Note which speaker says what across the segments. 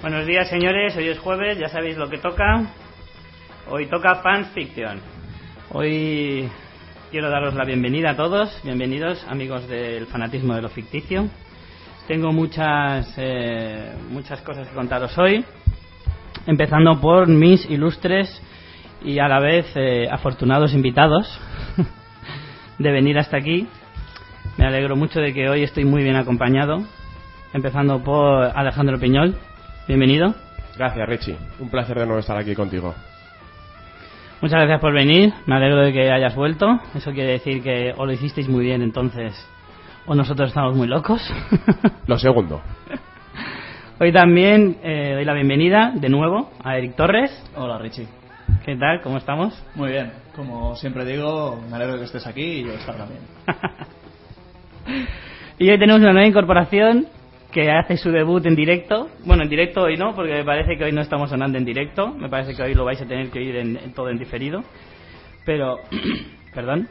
Speaker 1: Buenos días, señores. Hoy es jueves, ya sabéis lo que toca. Hoy toca fanfiction. Hoy quiero daros la bienvenida a todos. Bienvenidos, amigos del fanatismo de lo ficticio. Tengo muchas, eh, muchas cosas que contaros hoy. Empezando por mis ilustres y a la vez eh, afortunados invitados de venir hasta aquí. Me alegro mucho de que hoy estoy muy bien acompañado. Empezando por Alejandro Piñol. Bienvenido.
Speaker 2: Gracias, Richie. Un placer de nuevo estar aquí contigo.
Speaker 1: Muchas gracias por venir, me alegro de que hayas vuelto. Eso quiere decir que o lo hicisteis muy bien entonces, o nosotros estamos muy locos.
Speaker 2: Lo segundo.
Speaker 1: Hoy también eh, doy la bienvenida de nuevo a Eric Torres.
Speaker 3: Hola Richie.
Speaker 1: ¿Qué tal? ¿Cómo estamos?
Speaker 3: Muy bien. Como siempre digo, me alegro que estés aquí y yo estar también.
Speaker 1: Y hoy tenemos una nueva incorporación que hace su debut en directo. Bueno, en directo hoy no, porque me parece que hoy no estamos sonando en directo. Me parece que hoy lo vais a tener que oír en, en todo en diferido. Pero, perdón.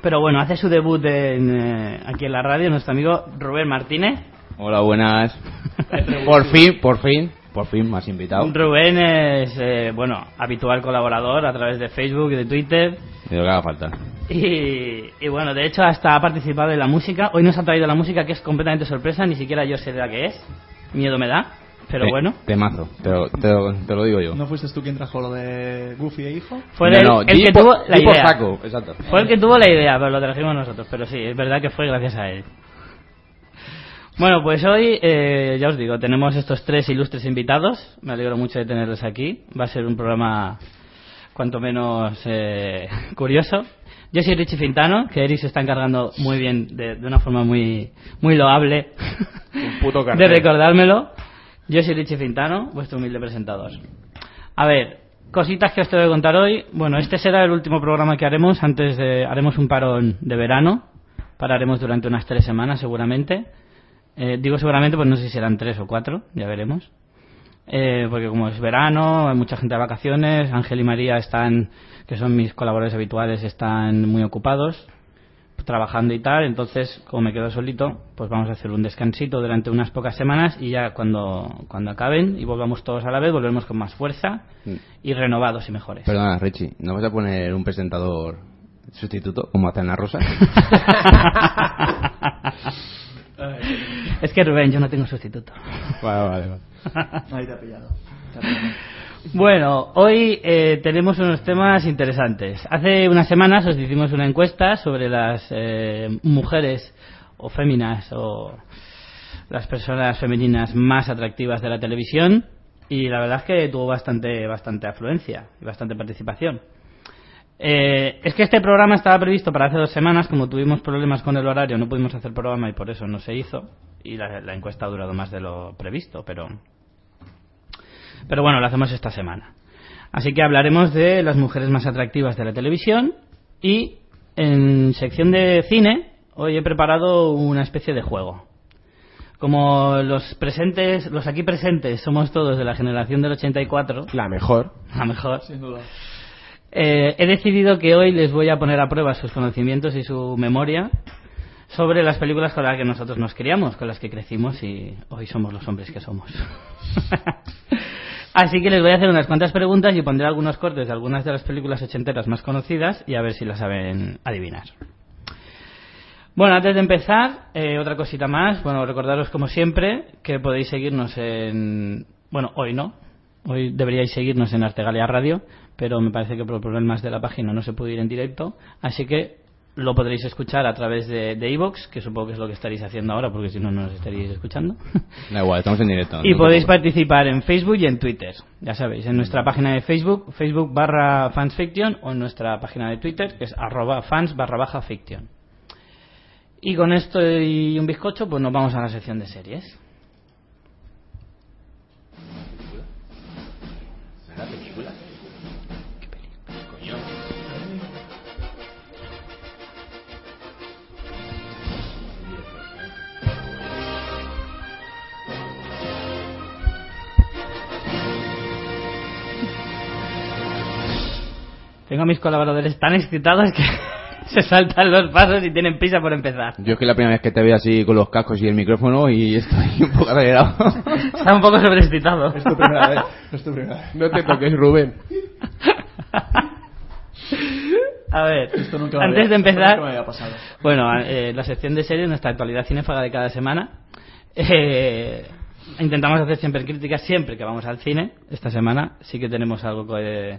Speaker 1: Pero bueno, hace su debut en, eh, aquí en la radio nuestro amigo Robert Martínez.
Speaker 4: Hola, buenas. por fin, por fin, por fin me has invitado.
Speaker 1: Rubén es, eh, bueno, habitual colaborador a través de Facebook y de Twitter.
Speaker 4: De lo que haga falta.
Speaker 1: Y, y bueno, de hecho hasta ha participado en la música. Hoy nos ha traído la música que es completamente sorpresa, ni siquiera yo sé de la que es. Miedo me da, pero
Speaker 4: Te-
Speaker 1: bueno.
Speaker 4: Temazo, te lo, te lo- te lo digo yo.
Speaker 3: ¿No fuiste tú quien trajo lo de Goofy e hijo?
Speaker 1: Fue
Speaker 4: No,
Speaker 1: el,
Speaker 4: no,
Speaker 1: el
Speaker 4: di
Speaker 1: que
Speaker 4: por-
Speaker 1: tuvo la
Speaker 4: di por
Speaker 1: idea.
Speaker 4: saco, exacto.
Speaker 1: Fue el que tuvo la idea, pero lo trajimos nosotros. Pero sí, es verdad que fue gracias a él. Bueno, pues hoy, eh, ya os digo, tenemos estos tres ilustres invitados. Me alegro mucho de tenerlos aquí. Va a ser un programa cuanto menos eh, curioso. Yo soy Richie Fintano, que Eric se está encargando muy bien, de, de una forma muy, muy loable,
Speaker 2: Un puto
Speaker 1: de
Speaker 2: cartel.
Speaker 1: recordármelo. Yo soy Richie Fintano, vuestro humilde presentador. A ver, cositas que os tengo que contar hoy. Bueno, este será el último programa que haremos. Antes de, haremos un parón de verano. Pararemos durante unas tres semanas, seguramente. Eh, digo seguramente, pues no sé si serán tres o cuatro, ya veremos. Eh, porque como es verano, hay mucha gente de vacaciones. Ángel y María están, que son mis colaboradores habituales, están muy ocupados trabajando y tal, entonces como me quedo solito, pues vamos a hacer un descansito durante unas pocas semanas y ya cuando, cuando acaben y volvamos todos a la vez, volvemos con más fuerza y renovados y mejores.
Speaker 4: Perdona, Richie, ¿no vas a poner un presentador sustituto como hace Ana Rosa?
Speaker 3: Eh,
Speaker 1: es que Rubén, yo no tengo sustituto.
Speaker 2: Vale, vale, vale.
Speaker 3: Ahí te ha pillado. Te ha pillado.
Speaker 1: Bueno, hoy eh, tenemos unos temas interesantes. Hace unas semanas os hicimos una encuesta sobre las eh, mujeres o féminas o las personas femeninas más atractivas de la televisión y la verdad es que tuvo bastante, bastante afluencia y bastante participación. Eh, es que este programa estaba previsto para hace dos semanas, como tuvimos problemas con el horario, no pudimos hacer programa y por eso no se hizo. Y la, la encuesta ha durado más de lo previsto, pero, pero bueno, lo hacemos esta semana. Así que hablaremos de las mujeres más atractivas de la televisión y en sección de cine hoy he preparado una especie de juego. Como los presentes, los aquí presentes somos todos de la generación del 84,
Speaker 2: La mejor.
Speaker 1: a lo mejor,
Speaker 3: Sin duda.
Speaker 1: eh, he decidido que hoy les voy a poner a prueba sus conocimientos y su memoria sobre las películas con las que nosotros nos criamos, con las que crecimos y hoy somos los hombres que somos. Así que les voy a hacer unas cuantas preguntas y pondré algunos cortes de algunas de las películas ochenteras más conocidas y a ver si las saben adivinar. Bueno, antes de empezar, eh, otra cosita más. Bueno, recordaros como siempre que podéis seguirnos en... Bueno, hoy no. Hoy deberíais seguirnos en Artegalia Radio, pero me parece que por problemas de la página no se puede ir en directo. Así que Lo podréis escuchar a través de Evox, que supongo que es lo que estaréis haciendo ahora, porque si no, no nos estaríais escuchando.
Speaker 4: Da igual, estamos en directo.
Speaker 1: Y
Speaker 4: no
Speaker 1: podéis
Speaker 4: te preocupes.
Speaker 1: participar en Facebook y en Twitter. Ya sabéis, en nuestra página de Facebook, Facebook barra fansfiction, o en nuestra página de Twitter, que es arroba fans barra baja fiction. Y con esto y un bizcocho, pues nos vamos a la sección de series. Tengo a mis colaboradores tan excitados que se saltan los pasos y tienen prisa por empezar.
Speaker 4: Yo es que la primera vez que te veo así con los cascos y el micrófono y estoy un poco acelerado.
Speaker 1: Está un poco sobreexcitado.
Speaker 3: Es tu primera vez. Es tu primera vez.
Speaker 2: No te toques, Rubén.
Speaker 1: A ver,
Speaker 3: Esto nunca me
Speaker 1: antes
Speaker 3: había-
Speaker 1: de
Speaker 3: esto
Speaker 1: empezar,
Speaker 3: nunca me había pasado.
Speaker 1: Bueno, eh, la sección de series, nuestra actualidad cinéfaga de cada semana. Eh, intentamos hacer siempre críticas siempre que vamos al cine. Esta semana sí que tenemos algo co- eh,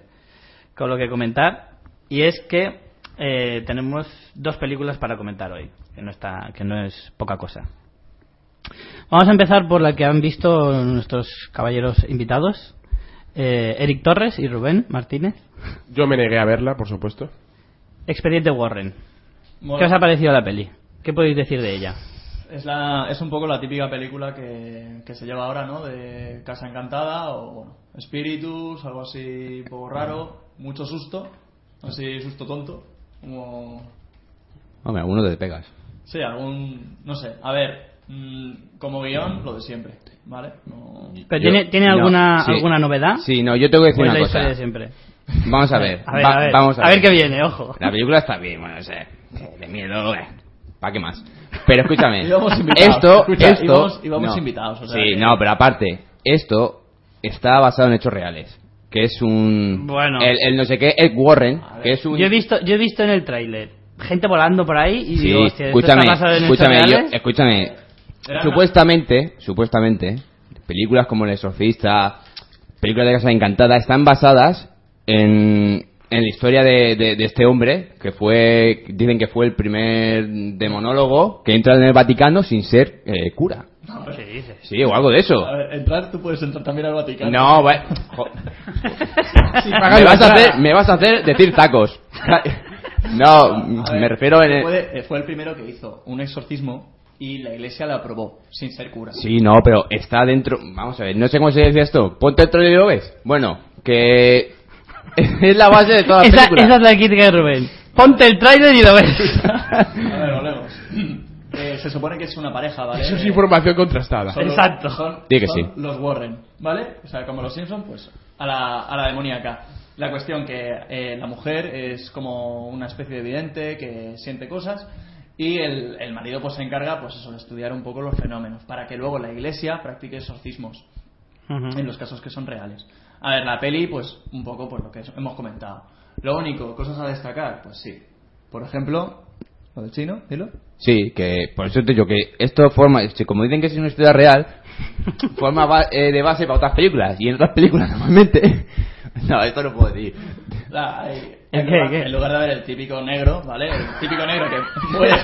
Speaker 1: con lo que comentar. Y es que eh, tenemos dos películas para comentar hoy, que no, está, que no es poca cosa. Vamos a empezar por la que han visto nuestros caballeros invitados. eh, Eric Torres y Rubén Martínez.
Speaker 2: Yo me negué a verla, por supuesto.
Speaker 1: Expediente Warren.
Speaker 3: Mola.
Speaker 1: ¿Qué os ha parecido la peli? ¿Qué podéis decir de ella?
Speaker 3: Es, la, es un poco la típica película que, que se lleva ahora, ¿no? De Casa Encantada o, bueno, Espíritus, algo así un poco raro, mucho susto, así susto tonto, como...
Speaker 4: Hombre, alguno te pegas.
Speaker 3: Sí, algún... no sé, a ver, mm, como guión, lo de siempre, ¿vale? No-
Speaker 1: ¿Pero
Speaker 4: Yo-
Speaker 1: tiene, tiene
Speaker 4: no,
Speaker 1: alguna,
Speaker 4: sí.
Speaker 1: alguna novedad?
Speaker 4: Sí, no, yo tengo que
Speaker 1: ¿O
Speaker 4: decir
Speaker 1: es Pues la
Speaker 4: una cosa.
Speaker 1: historia de siempre?
Speaker 4: Vamos a ver.
Speaker 1: A ver,
Speaker 4: va-
Speaker 1: a ver,
Speaker 4: vamos a,
Speaker 1: a ver qué viene, ojo.
Speaker 4: La película está bien, bueno, no sé. De miedo, ¿Para qué más? Pero escúchame.
Speaker 3: Íbamos invitados,
Speaker 4: esto,
Speaker 3: escucha,
Speaker 4: esto.
Speaker 3: íbamos- íbamos invitados, o sea
Speaker 4: sí,
Speaker 3: que-
Speaker 4: no, pero aparte, esto está basado en hechos reales. Que es un.
Speaker 1: Bueno.
Speaker 4: El, el no sé qué, Ed Warren,
Speaker 3: A ver,
Speaker 4: que es un.
Speaker 1: Yo he visto, yo he visto en el tráiler gente volando por ahí y
Speaker 4: Sí,
Speaker 1: digo, hostia, ¿esto está
Speaker 4: escúchame,
Speaker 1: basado en hechos
Speaker 4: escúchame, yo-
Speaker 1: reales?
Speaker 4: escúchame.
Speaker 3: Era una-
Speaker 4: Supuestamente, supuestamente, películas como El Exorcista, películas de Casa Encantada, están basadas en, en la historia de, de- de este hombre, que fue, dicen que fue el primer demonólogo que entra en el Vaticano sin ser eh, cura.
Speaker 1: ¿Qué dices?
Speaker 4: Sí, o algo de eso.
Speaker 3: A ver, entrar, tú puedes entrar también al Vaticano.
Speaker 4: No, va- jo-
Speaker 3: Sí, pagas
Speaker 4: me,
Speaker 3: la
Speaker 4: vas a
Speaker 3: entrada.
Speaker 4: hacer, me vas a hacer decir tacos. No,
Speaker 3: A ver,
Speaker 4: me refiero en... el-
Speaker 3: Fue, eh, fue el primero que hizo un exorcismo y la iglesia la aprobó, sin ser cura.
Speaker 4: Sí, no, pero está dentro. Vamos a ver, no sé cómo se dice esto. Ponte dentro y lo ves. Bueno, que. es la base de toda la
Speaker 1: Esa,
Speaker 4: película.
Speaker 1: esa es la crítica de Rubén. Ponte el tráiler y lo ves.
Speaker 3: A ver, volvemos. Eh, se supone que es una pareja, ¿vale?
Speaker 2: Eso es
Speaker 3: Eh,
Speaker 2: información contrastada.
Speaker 3: son los-
Speaker 1: Exacto.
Speaker 3: son-
Speaker 4: Di que
Speaker 3: son
Speaker 4: sí.
Speaker 3: Los Warren, ¿vale? O sea, como los Simpson, pues a la, a la demoníaca. La cuestión que eh, la mujer es como una especie de vidente que siente cosas y el, el marido pues se encarga pues eso de estudiar un poco los fenómenos para que luego la iglesia practique exorcismos en los casos que son reales. A ver, la peli, pues un poco por lo que hemos comentado. Lo único, cosas a destacar, pues sí. Por ejemplo, lo del chino, dilo.
Speaker 4: Sí, que por eso te digo que esto forma. si Como dicen que es una historia real, forma ba- eh, de base para otras películas. Y en otras películas normalmente. No, esto no puedo decir.
Speaker 3: La- eh,
Speaker 1: ¿El
Speaker 3: en,
Speaker 1: qué,
Speaker 3: lugar,
Speaker 1: qué?
Speaker 3: en lugar de ver el típico negro, ¿vale? El típico negro que muere.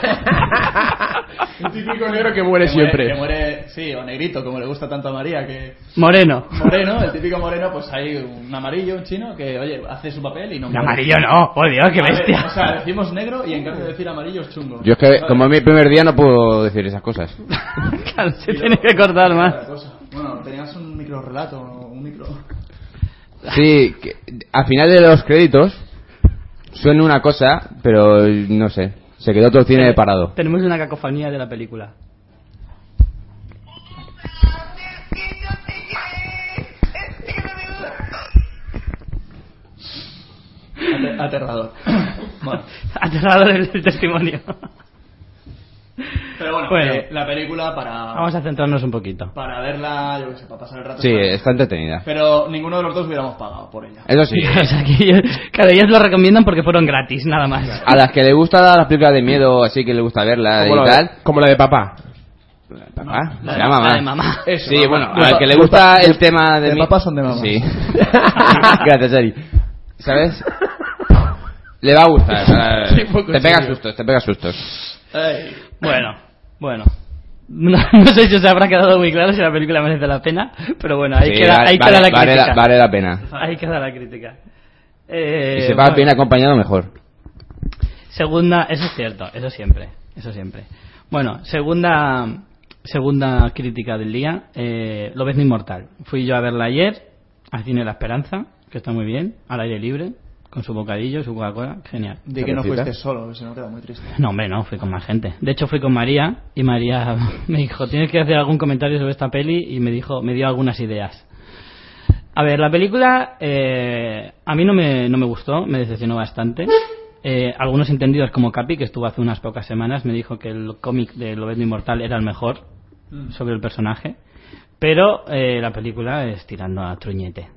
Speaker 2: El típico negro que muere
Speaker 3: que muere-
Speaker 2: siempre.
Speaker 3: que muere, sí, o negrito, como le gusta tanto a María, que.
Speaker 1: Moreno.
Speaker 3: Moreno, el típico moreno, pues hay un amarillo, un chino, que, oye, hace su papel y no
Speaker 1: Un
Speaker 3: muere.
Speaker 1: amarillo no, oh Dios, qué
Speaker 3: A ver,
Speaker 1: bestia.
Speaker 3: O sea, decimos negro y en cambio de decir amarillo es chungo.
Speaker 4: Yo es que,
Speaker 3: Vale.
Speaker 4: como es mi primer día, no puedo decir esas cosas.
Speaker 1: Claro, se tiene que cortar
Speaker 3: Otra
Speaker 1: más.
Speaker 3: cosa. Bueno, tenías un micro relato, un micro.
Speaker 4: Sí, que, al final de los créditos suena una cosa, pero no sé. Se quedó todo el cine parado.
Speaker 1: Tenemos una cacofonía de la película.
Speaker 3: Ate- Aterrador. Bueno.
Speaker 1: Aterrador el, el testimonio.
Speaker 4: Ah.
Speaker 3: Pero bueno,
Speaker 1: Bueno.
Speaker 3: eh, la película para,
Speaker 1: Vamos a centrarnos un poquito.
Speaker 3: para verla, yo qué sé, para pasar el rato.
Speaker 4: Sí,
Speaker 3: está bien.
Speaker 4: está entretenida.
Speaker 3: Pero ninguno de los dos hubiéramos pagado por ella.
Speaker 4: Eso sí,
Speaker 1: O sea, que ellos- claro, ellos lo recomiendan porque fueron gratis, nada más.
Speaker 4: a las que le gusta las películas de miedo, así que le gusta verla
Speaker 2: Como
Speaker 4: y
Speaker 2: la, de,
Speaker 4: tal.
Speaker 2: como la de papá.
Speaker 4: Papá,
Speaker 1: la
Speaker 4: la,
Speaker 1: de-
Speaker 4: mamá.
Speaker 1: la de mamá.
Speaker 2: Eso,
Speaker 4: sí,
Speaker 2: mamá.
Speaker 4: bueno,
Speaker 2: De
Speaker 4: a la que le
Speaker 2: pa-
Speaker 4: gusta el tema de.
Speaker 3: de
Speaker 4: mi-
Speaker 3: papá son de mamá.
Speaker 4: Sí. Gracias, Ari. ¿Sabes? Le va a gustar.
Speaker 2: Sí, un poco
Speaker 4: te pega
Speaker 2: serio.
Speaker 4: sustos, te pega sustos.
Speaker 1: Bueno, bueno. No, no sé si os habrá quedado muy claro si la película merece la pena, pero bueno, ahí
Speaker 4: Sí,
Speaker 1: queda,
Speaker 4: vale-
Speaker 1: ahí queda
Speaker 4: vale-
Speaker 1: la
Speaker 4: vale
Speaker 1: crítica.
Speaker 4: vale la pena.
Speaker 1: Ahí queda la crítica.
Speaker 4: Y
Speaker 1: Eh,
Speaker 4: se va
Speaker 1: bueno.
Speaker 4: bien acompañado mejor.
Speaker 1: Segunda, eso es cierto, eso siempre, eso siempre. Bueno, segunda, segunda crítica del día, eh, Lo ves inmortal. Fui yo a verla ayer, al cine La Esperanza, que está muy bien, al aire libre, con su bocadillo, su Coca-Cola, genial.
Speaker 3: Di que no
Speaker 4: ¿Cervecita?
Speaker 3: fuiste solo, que si no queda muy triste.
Speaker 1: No, hombre, no, fui con más gente. De hecho, fui con María y María me dijo, tienes que hacer algún comentario sobre esta peli y me dijo, me dio algunas ideas. A ver, la película eh, a mí no me, no me gustó, me decepcionó bastante. Eh, algunos entendidos como Capi, que estuvo hace unas pocas semanas, me dijo que el cómic de Lobezno Inmortal era el mejor sobre el personaje. Pero eh, la película es tirando a truñete.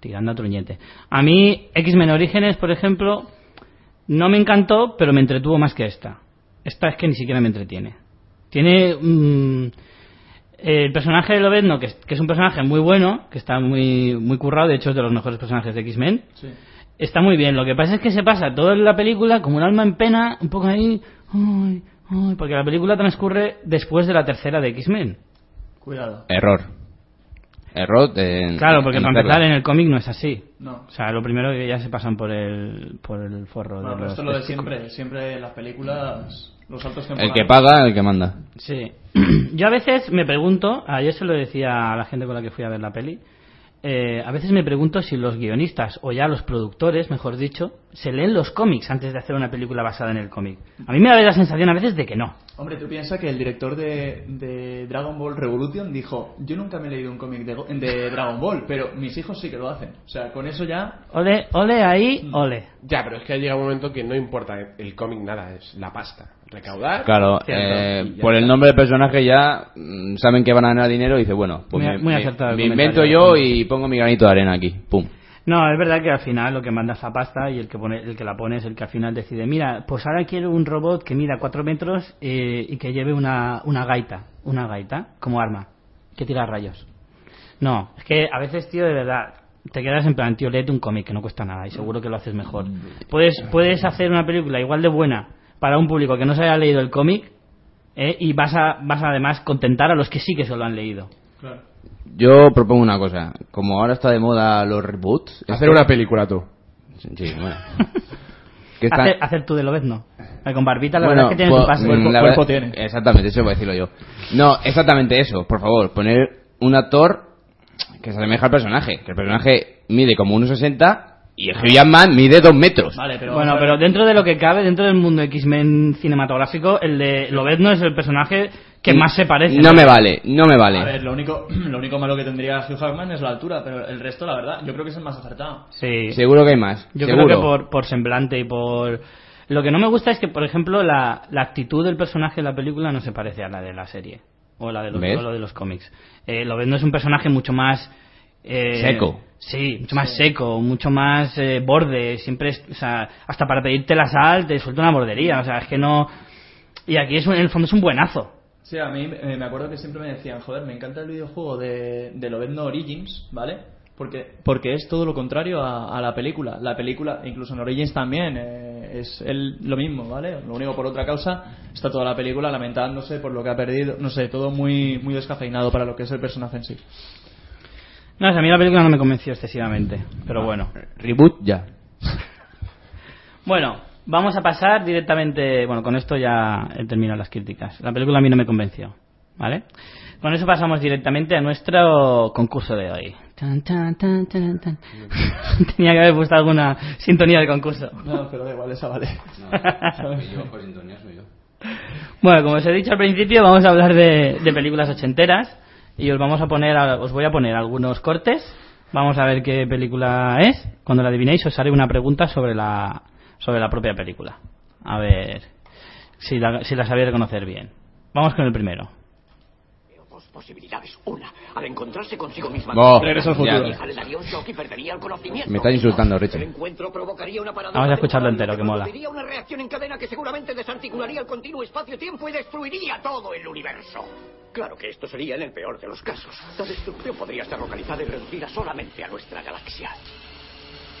Speaker 1: Tirando a truñete. A mí, X-Men Orígenes, por ejemplo, no me encantó, pero me entretuvo más que esta. Esta es que ni siquiera me entretiene. Tiene mm, el personaje de Lobezno, que es, que es un personaje muy bueno, que está muy, muy currado, de hecho es de los mejores personajes de X-Men. Está muy bien, lo que pasa es que se pasa toda la película como un alma en pena, un poco ahí, ay, ay, porque la película transcurre después de la tercera de X-Men.
Speaker 3: Cuidado.
Speaker 4: Error. Error de.
Speaker 1: Claro, porque
Speaker 4: Mm, en
Speaker 1: para
Speaker 4: hacerla.
Speaker 1: empezar en el cómic no es así.
Speaker 3: No.
Speaker 1: O sea, lo primero que ya se pasan por el, por el forro
Speaker 3: Bueno,
Speaker 1: de
Speaker 3: pero
Speaker 1: los
Speaker 3: esto es lo de
Speaker 1: testículos.
Speaker 3: siempre. Siempre en las películas, los saltos temporales.
Speaker 4: El que paga, el que manda.
Speaker 1: Sí. Yo a veces me pregunto, ayer se lo decía a la gente con la que fui a ver la peli, eh, a veces me pregunto si los guionistas o ya los productores, mejor dicho, se leen los cómics antes de hacer una película basada en el cómic. A mí me da la sensación a veces de que no.
Speaker 3: Hombre, tú piensas que el director de, de Dragon Ball Revolution dijo: Yo nunca me he leído un cómic de, Go- de Dragon Ball, pero mis hijos sí que lo hacen. O sea, con eso ya.
Speaker 1: Ole, ole ahí, ole.
Speaker 2: Ya, pero es que ha llegado un momento que no importa el cómic nada, es la pasta. Recaudar.
Speaker 4: Claro,
Speaker 1: Cierto.
Speaker 4: eh,
Speaker 2: Y ya
Speaker 4: por el
Speaker 2: está.
Speaker 4: nombre del personaje ya mm, saben que van a ganar dinero y dice, bueno, pues
Speaker 1: Muy-
Speaker 4: me,
Speaker 1: muy
Speaker 4: me-
Speaker 1: acertado el
Speaker 4: me
Speaker 1: comentario.
Speaker 4: invento yo y pongo mi granito de arena aquí. Pum.
Speaker 1: No, es verdad que al final lo que manda es la pasta y el que, pone, el que la pone es el que al final decide, mira, pues ahora quiero un robot que mida cuatro metros eh, y que lleve una, una gaita, una gaita como arma, que tira rayos. No, es que a veces, tío, de verdad, te quedas en plan, tío, léete un cómic que no cuesta nada y seguro que lo haces mejor.
Speaker 4: Mm.
Speaker 1: Puedes, puedes hacer una película igual de buena para un público que no se haya leído el cómic eh, y vas a, vas a además contentar a los que sí que se lo han leído.
Speaker 3: Claro.
Speaker 4: Yo propongo una cosa. Como ahora está de moda los reboots...
Speaker 2: Hacer una película tú.
Speaker 4: Sí, sí, bueno. Que está-
Speaker 1: Hacer, hacer tú de Lobez, no. Eh, Con Barbita la
Speaker 4: Bueno,
Speaker 1: verdad es que tienes
Speaker 4: pues,
Speaker 1: un pase.
Speaker 4: mm, la
Speaker 3: cuerpo
Speaker 4: verdad-
Speaker 3: tiene.
Speaker 4: Exactamente, eso voy a decirlo yo. No, exactamente eso, por favor. Poner un actor que se asemeja al personaje. Que el personaje mide como 1,60 y el Hugh Jackman mide 2 metros.
Speaker 3: Vale, pero.
Speaker 1: bueno, pero dentro de lo que cabe, dentro del mundo X-Men cinematográfico, el de Lobezno es el personaje que más se parece.
Speaker 4: Mm. No me vale, no me
Speaker 3: A
Speaker 4: vale.
Speaker 3: ver, lo único, lo único malo que tendría Hugh Jackman es la altura, pero el resto, la verdad, yo creo que es el más acertado.
Speaker 1: Sí.
Speaker 4: Seguro que hay más.
Speaker 1: Yo
Speaker 4: seguro.
Speaker 1: creo que por, por semblante y por... Lo que no me gusta es que, por ejemplo, la, la actitud del personaje de la película no se parece a la de la serie. O la de los,
Speaker 4: ¿Ves?
Speaker 1: o lo de los cómics. Eh, Lobezno es un personaje mucho más... eh,
Speaker 4: Seco.
Speaker 1: Sí, mucho más seco, mucho más eh, borde. Siempre, es- o sea, hasta para pedirte la sal te suelta una bordería. O sea, es que no... Y aquí es un- en el fondo es un buenazo.
Speaker 3: Sí, a mí eh, me acuerdo que siempre me decían, joder, me encanta el videojuego de, de Lobezno Origins, ¿vale? Porque, porque es todo lo contrario a, a la película. La película, incluso en Origins también, eh, es el- lo mismo, ¿vale? Lo único por otra causa, está toda la película lamentándose por lo que ha perdido, no sé, todo muy, muy descafeinado para lo que es el personaje en sí.
Speaker 1: No, o sea, a mí la película no me convenció excesivamente. Pero bueno.
Speaker 4: Reboot ya.
Speaker 1: Bueno, vamos a pasar directamente. Bueno, con esto ya he terminado las críticas. La película a mí no me convenció, ¿vale? Con eso pasamos directamente a nuestro concurso de hoy. Tan, tan, tan, tan, tan. Tenía que haber puesto alguna sintonía de concurso.
Speaker 3: No, pero da igual, esa vale.
Speaker 1: Bueno, como os he dicho al principio, vamos a hablar de, de películas ochenteras y os vamos a poner, a- os voy a poner algunos cortes. Vamos a ver qué película es. Cuando la adivinéis, os haré una pregunta sobre la sobre la propia película. A ver si la, si la sabéis reconocer bien. Vamos con el primero.
Speaker 5: Veo dos posibilidades. Una, al encontrarse consigo misma.
Speaker 4: Bo,
Speaker 2: Regreso al
Speaker 4: ya.
Speaker 2: futuro.
Speaker 5: hija le daría un shock y perdería el conocimiento.
Speaker 4: Me estás insultando,
Speaker 5: Dos,
Speaker 4: Richard.
Speaker 5: El encuentro provocaría una paradoja
Speaker 1: Vamos a escucharlo
Speaker 5: temporal
Speaker 1: entero, que mola.
Speaker 5: produciría una reacción en cadena que seguramente desarticularía el continuo espacio-tiempo y destruiría todo el universo. Claro que esto sería en el peor de los casos. La destrucción podría ser localizada y reducida solamente a nuestra galaxia.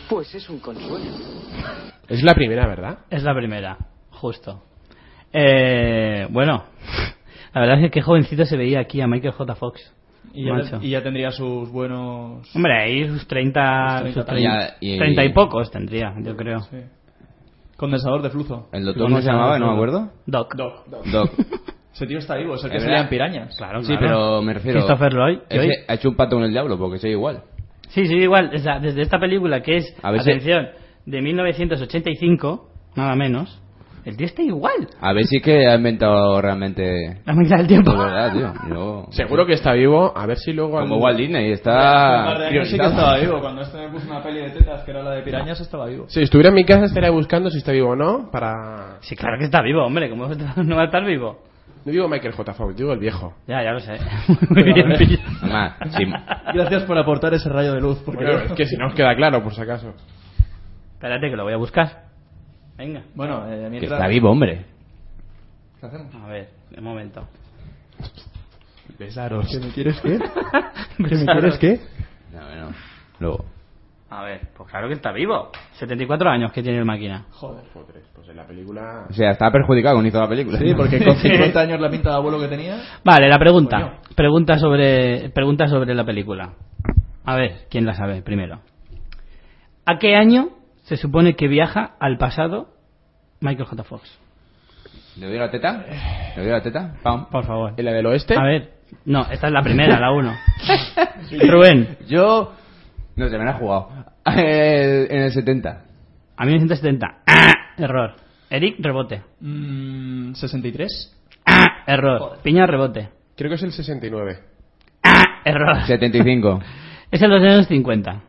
Speaker 5: Pues es un consuelo.
Speaker 2: Es la primera, ¿verdad?
Speaker 1: Es la primera, justo. Eh, bueno, la verdad es que qué jovencito se veía aquí a Michael J. Fox.
Speaker 3: Y ya,
Speaker 1: macho.
Speaker 3: y ya tendría sus buenos.
Speaker 1: Hombre, ahí sus 30,
Speaker 3: Sus
Speaker 1: sus
Speaker 4: 30.
Speaker 1: 30,
Speaker 4: Y- y-
Speaker 1: y pocos tendría, yo creo.
Speaker 3: Sí. Condensador de flujo.
Speaker 4: ¿El doctor cómo se llamaba? No me acuerdo.
Speaker 1: Doc.
Speaker 3: Doc.
Speaker 4: Doc.
Speaker 3: Ese tío está vivo, es el que
Speaker 4: ¿Es
Speaker 3: salía
Speaker 4: verdad?
Speaker 3: en pirañas.
Speaker 1: Claro,
Speaker 4: Sí,
Speaker 1: claro.
Speaker 4: pero me refiero.
Speaker 1: Christopher Lloyd.
Speaker 4: Ese
Speaker 1: Lloyd.
Speaker 4: ha hecho un pato con el diablo porque soy igual.
Speaker 1: Sí, sí, igual. o sea, desde esta película que es,
Speaker 4: A ver si-
Speaker 1: atención, de 1985, nada menos, el tío está igual.
Speaker 4: A ver si es que ha inventado realmente.
Speaker 1: La mitad del tiempo.
Speaker 4: De verdad, tío. Yo-
Speaker 2: Seguro que está vivo. A ver si luego. al-
Speaker 4: Como Walt Disney
Speaker 3: Hace un par de
Speaker 4: está.
Speaker 3: años sí que estaba vivo. Cuando este me puso una peli de tetas que era la de pirañas, estaba vivo.
Speaker 2: Si estuviera en mi casa estaría buscando si está vivo o no para...
Speaker 1: Sí, claro que está vivo, hombre. ¿Cómo no va a estar vivo?
Speaker 2: No digo Michael J. Fox, digo el viejo.
Speaker 1: Ya, ya lo sé. Muy bien pillado.
Speaker 4: Además, sí.
Speaker 3: Gracias por aportar ese rayo de luz. porque-
Speaker 2: Claro, es que si no os queda claro, por si acaso.
Speaker 1: Espérate que lo voy a buscar. Venga.
Speaker 3: Bueno, eh,
Speaker 4: Que
Speaker 3: mientras.
Speaker 4: está vivo, hombre.
Speaker 3: ¿Qué hacemos?
Speaker 1: A ver, un momento.
Speaker 2: Besaros. ¿Me quieres qué?
Speaker 1: Besaros.
Speaker 4: No, bueno. Luego.
Speaker 1: A ver, pues claro que está vivo. 74 años que tiene el máquina.
Speaker 3: Joder.
Speaker 2: Joder, pues en la película...
Speaker 4: O sea, está perjudicado con hizo la película.
Speaker 3: Sí, porque con 50 años la pinta de abuelo que tenía.
Speaker 1: Vale, la pregunta.
Speaker 3: Coño.
Speaker 1: Pregunta sobre, pregunta sobre la película. A ver, ¿quién la sabe primero? ¿A qué año se supone que viaja al pasado Michael J. Fox?
Speaker 4: ¿Le doy la teta? ¿Le doy la teta? Pam.
Speaker 1: Por favor.
Speaker 2: ¿En la del oeste?
Speaker 4: este?
Speaker 1: A ver, no, esta es la primera, la 1. Rubén,
Speaker 4: Yo. No sé, me la he jugado. El- en el 70.
Speaker 1: a 1970. ¡Ah! Error. Eric, rebote.
Speaker 3: Mm, 63.
Speaker 1: ¡Ah! Error. Piña, rebote.
Speaker 2: Creo que es el 69.
Speaker 1: ¡Ah! Error.
Speaker 4: 75.
Speaker 1: Es el 250.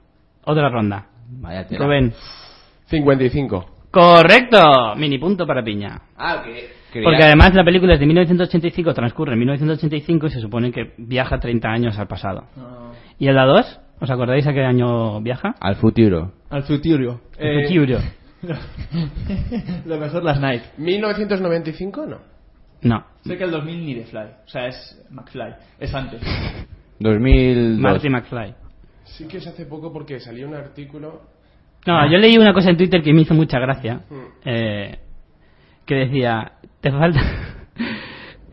Speaker 1: Otra ronda.
Speaker 4: Vaya tela.
Speaker 1: Rubén.
Speaker 2: 55.
Speaker 1: Correcto. Mini punto para Piña.
Speaker 4: Ah, que. creía-
Speaker 1: Porque además la película es de 1985, transcurre en 1985 y se supone que viaja 30 años al pasado.
Speaker 3: Ah,
Speaker 1: ¿Y en la 2? ¿Os acordáis a qué año viaja?
Speaker 4: Al futuro.
Speaker 3: al futuro.
Speaker 1: El futuro.
Speaker 3: Eh, Lo mejor las Nike.
Speaker 2: ¿1995? No.
Speaker 1: No.
Speaker 3: Sé que el 2000 ni de Fly. O sea, es McFly. Es antes.
Speaker 4: 2002.
Speaker 1: Marty McFly.
Speaker 2: Sí que es hace poco porque salió un artículo...
Speaker 1: No, yo leí una cosa en Twitter que me hizo mucha gracia. eh, que decía, te falta...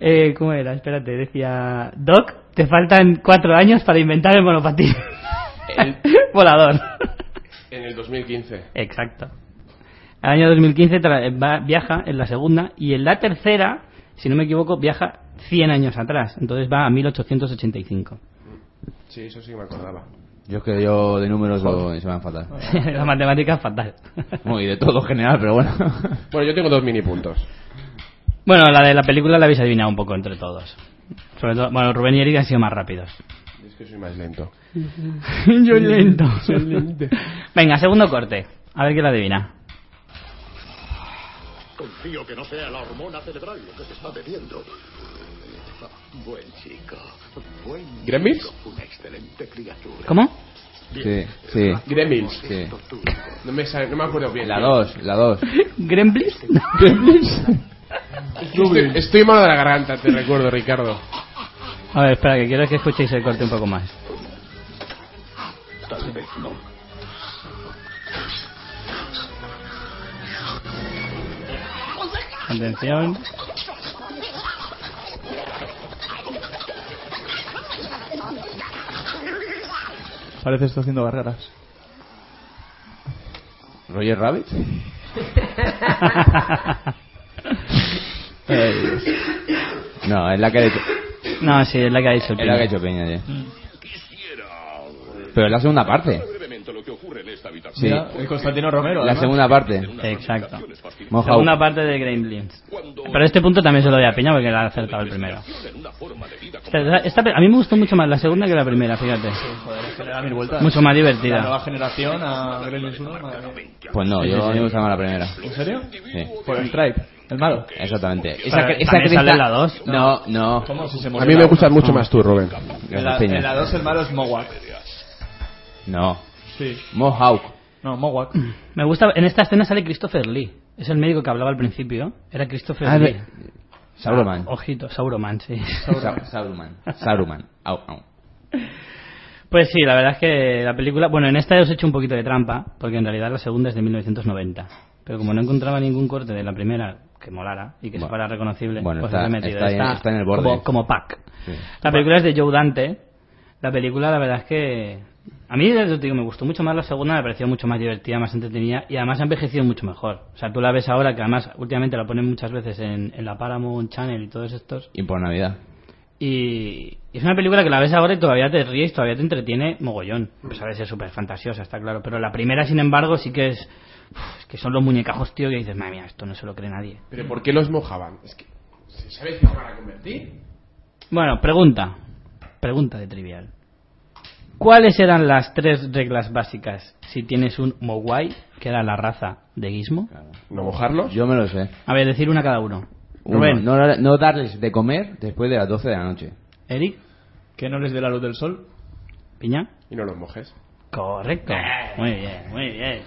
Speaker 1: eh, ¿Cómo era? Espérate, decía... Doc, te faltan cuatro años para inventar el monopatín. Volador.
Speaker 2: En el 2015.
Speaker 1: Exacto. Al año 2015 tra- va- viaja en la segunda y en la tercera, si no me equivoco, viaja 100 años atrás. Entonces va a 1885.
Speaker 2: Sí, eso sí me acordaba.
Speaker 4: Yo es que yo de números lo- se me van fatal.
Speaker 1: la matemática es fatal.
Speaker 4: Muy de todo general, pero bueno.
Speaker 2: Bueno, yo tengo dos mini puntos.
Speaker 1: bueno, la de la película la habéis adivinado un poco entre todos. Sobre todo, bueno, Rubén y Eric han sido más rápidos.
Speaker 2: Es que soy más lento.
Speaker 1: Yo lento. Venga, segundo corte. A ver quién la adivina.
Speaker 5: Confío que no sea la hormona cerebral lo que te está bebiendo. Buen chico. Buen
Speaker 2: ¿Gremlins?
Speaker 5: chico, Una excelente criatura.
Speaker 1: ¿Cómo?
Speaker 4: Sí, sí.
Speaker 2: Gremlins.
Speaker 4: Sí.
Speaker 2: No me, sa- no me acuerdo bien.
Speaker 4: La 2, la 2.
Speaker 1: ¿Gremlins?
Speaker 2: Estoy, estoy malo de la garganta, te recuerdo, Ricardo.
Speaker 1: A ver, espera, que quiero que escuchéis el corte un poco más.
Speaker 5: Tal vez no.
Speaker 1: Atención.
Speaker 3: Parece esto haciendo barreras.
Speaker 4: ¿Roger Rabbit?
Speaker 1: Eh,
Speaker 4: No, es la que ha hecho,
Speaker 1: no, sí, es la que ha dicho el
Speaker 4: es la que ha
Speaker 1: Piña.
Speaker 4: hecho Peña, ya. Pero es la segunda parte. Sí,
Speaker 3: Mira, el Constantino Romero.
Speaker 4: la
Speaker 3: además.
Speaker 4: segunda parte.
Speaker 1: Exacto.
Speaker 4: Moja
Speaker 1: Segunda parte de Gremlins. Pero este punto también se lo doy a Peña porque la ha acertado el primero. Esta- esta pe- a mí me gustó mucho más la segunda que la primera, fíjate.
Speaker 3: Joder, es que le da mil vueltas.
Speaker 1: Mucho más
Speaker 3: La nueva
Speaker 1: divertida.
Speaker 3: generación a Gremlins 1. madre mía.
Speaker 4: Pues no, yo a mí me gusta más la primera.
Speaker 3: ¿En serio?
Speaker 4: Sí.
Speaker 3: Por el Stripe, el malo.
Speaker 4: Exactamente.
Speaker 1: Pero también sale la dos.
Speaker 4: No, no.
Speaker 3: ¿Cómo? Si se
Speaker 2: A
Speaker 3: murió
Speaker 2: mí
Speaker 3: la
Speaker 2: me
Speaker 3: uno.
Speaker 2: gustas mucho más tú, Rubén.
Speaker 3: En
Speaker 4: Gracias,
Speaker 3: la, en la
Speaker 4: Peña.
Speaker 3: 2 el malo es Mowak.
Speaker 4: No.
Speaker 3: Sí.
Speaker 4: Mohawk.
Speaker 3: No, Mowak.
Speaker 1: Me gusta, en esta escena sale Christopher Lee. Es el médico que hablaba al principio. Era Christopher
Speaker 4: Ah,
Speaker 1: Lee.
Speaker 4: ve- Sauroman.
Speaker 3: Ah, oh,
Speaker 1: Ojito, Sauroman, sí.
Speaker 4: Sa- Sauruman. Sauruman. Au, au.
Speaker 1: Pues sí, la verdad es que la película. Bueno, en esta os he hecho un poquito de trampa, porque en realidad la segunda es de 1990. Pero como no encontraba ningún corte de la primera que molara y que
Speaker 4: Bueno.
Speaker 1: se fuera reconocible,
Speaker 4: Bueno,
Speaker 1: pues
Speaker 4: está-
Speaker 1: os he metido
Speaker 4: está en-
Speaker 1: esta
Speaker 4: está en el borde.
Speaker 1: Como, como pack.
Speaker 4: Sí.
Speaker 1: La película es de Joe Dante. La película, la verdad es que. A mí, ya te digo, me gustó mucho más la segunda, me pareció mucho más divertida, más entretenida y además ha envejecido mucho mejor. O sea, tú la ves ahora, que además últimamente la ponen muchas veces en, en la Paramount Channel y todos estos.
Speaker 4: Y por Navidad.
Speaker 1: Y y es una película que la ves ahora y todavía te ríes, todavía te entretiene mogollón. Pues a veces es súper fantasiosa, está claro. Pero la primera, sin embargo, sí que es. uf, es que son los muñecajos, tío, que dices, madre mía, esto no se lo cree nadie.
Speaker 2: ¿Pero por qué los mojaban? Es que. ¿Se sabe que se van a convertir?
Speaker 1: Bueno, pregunta. Pregunta de trivial. ¿Cuáles eran las tres reglas básicas si tienes un Mogwai, que era la raza de Gizmo?
Speaker 2: ¿No mojarlos?
Speaker 4: Yo me lo sé.
Speaker 1: A ver, decir una cada uno.
Speaker 4: Uno,
Speaker 1: Rubén,
Speaker 4: no, dar- no darles de comer después de las 12 de la noche.
Speaker 1: Eric,
Speaker 3: Que no les dé la luz del sol.
Speaker 1: Piña.
Speaker 2: Y no los mojes.
Speaker 1: Correcto. Muy bien, muy bien.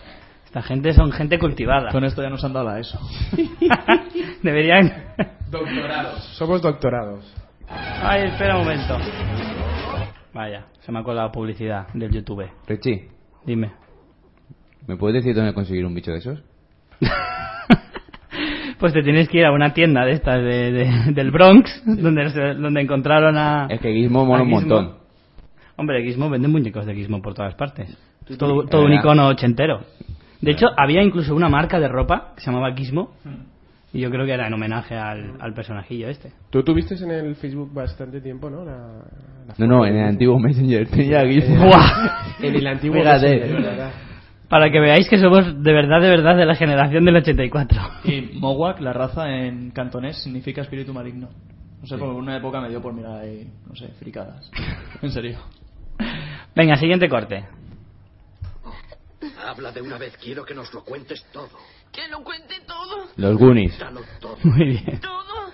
Speaker 1: Esta gente son gente
Speaker 4: Ah.
Speaker 1: cultivada.
Speaker 3: Con esto ya nos han dado la ESO.
Speaker 1: Deberían.
Speaker 2: Doctorados. Somos doctorados.
Speaker 1: Ay, espera un momento. Vaya, se me ha colado publicidad del YouTube.
Speaker 4: Richie,
Speaker 1: Dime.
Speaker 4: ¿me puedes decir dónde conseguir un bicho de esos?
Speaker 1: Pues te tienes que ir a una tienda de estas de, de- del Bronx, donde, se- donde encontraron a...
Speaker 3: Ah.
Speaker 2: Eh.
Speaker 4: Es que Gizmo mola
Speaker 1: a
Speaker 4: un
Speaker 1: Gizmo.
Speaker 4: montón.
Speaker 1: Hombre, Gizmo vende muñecos de Gizmo por todas partes. Es todo,
Speaker 4: la
Speaker 1: todo un
Speaker 4: verdad.
Speaker 1: icono ochentero. De hecho, había incluso una marca de ropa que se llamaba Gizmo. Y yo creo que era en homenaje al, al personajillo este.
Speaker 2: Tú tuviste en el Facebook bastante tiempo, ¿no? La- la
Speaker 4: No,
Speaker 2: foto
Speaker 4: no,
Speaker 2: de
Speaker 4: en el
Speaker 2: Gizmo.
Speaker 4: antiguo Messenger tenía Gizmo.
Speaker 1: ¡Buah!
Speaker 2: En el antiguo
Speaker 4: Fíjate.
Speaker 2: Messenger, de verdad.
Speaker 1: Para que veáis que somos de verdad, de verdad de la generación del 84.
Speaker 3: Y Mowak, la raza en cantonés, significa espíritu maligno. No sé, por una época me dio por mirar ahí, no sé, fricadas. En serio.
Speaker 1: Venga, siguiente corte.
Speaker 5: Habla de una vez, quiero que nos lo cuentes todo.
Speaker 6: Que lo cuente todo,
Speaker 4: Los Goonies.
Speaker 5: Dalo todo.
Speaker 1: Muy bien.
Speaker 6: todo.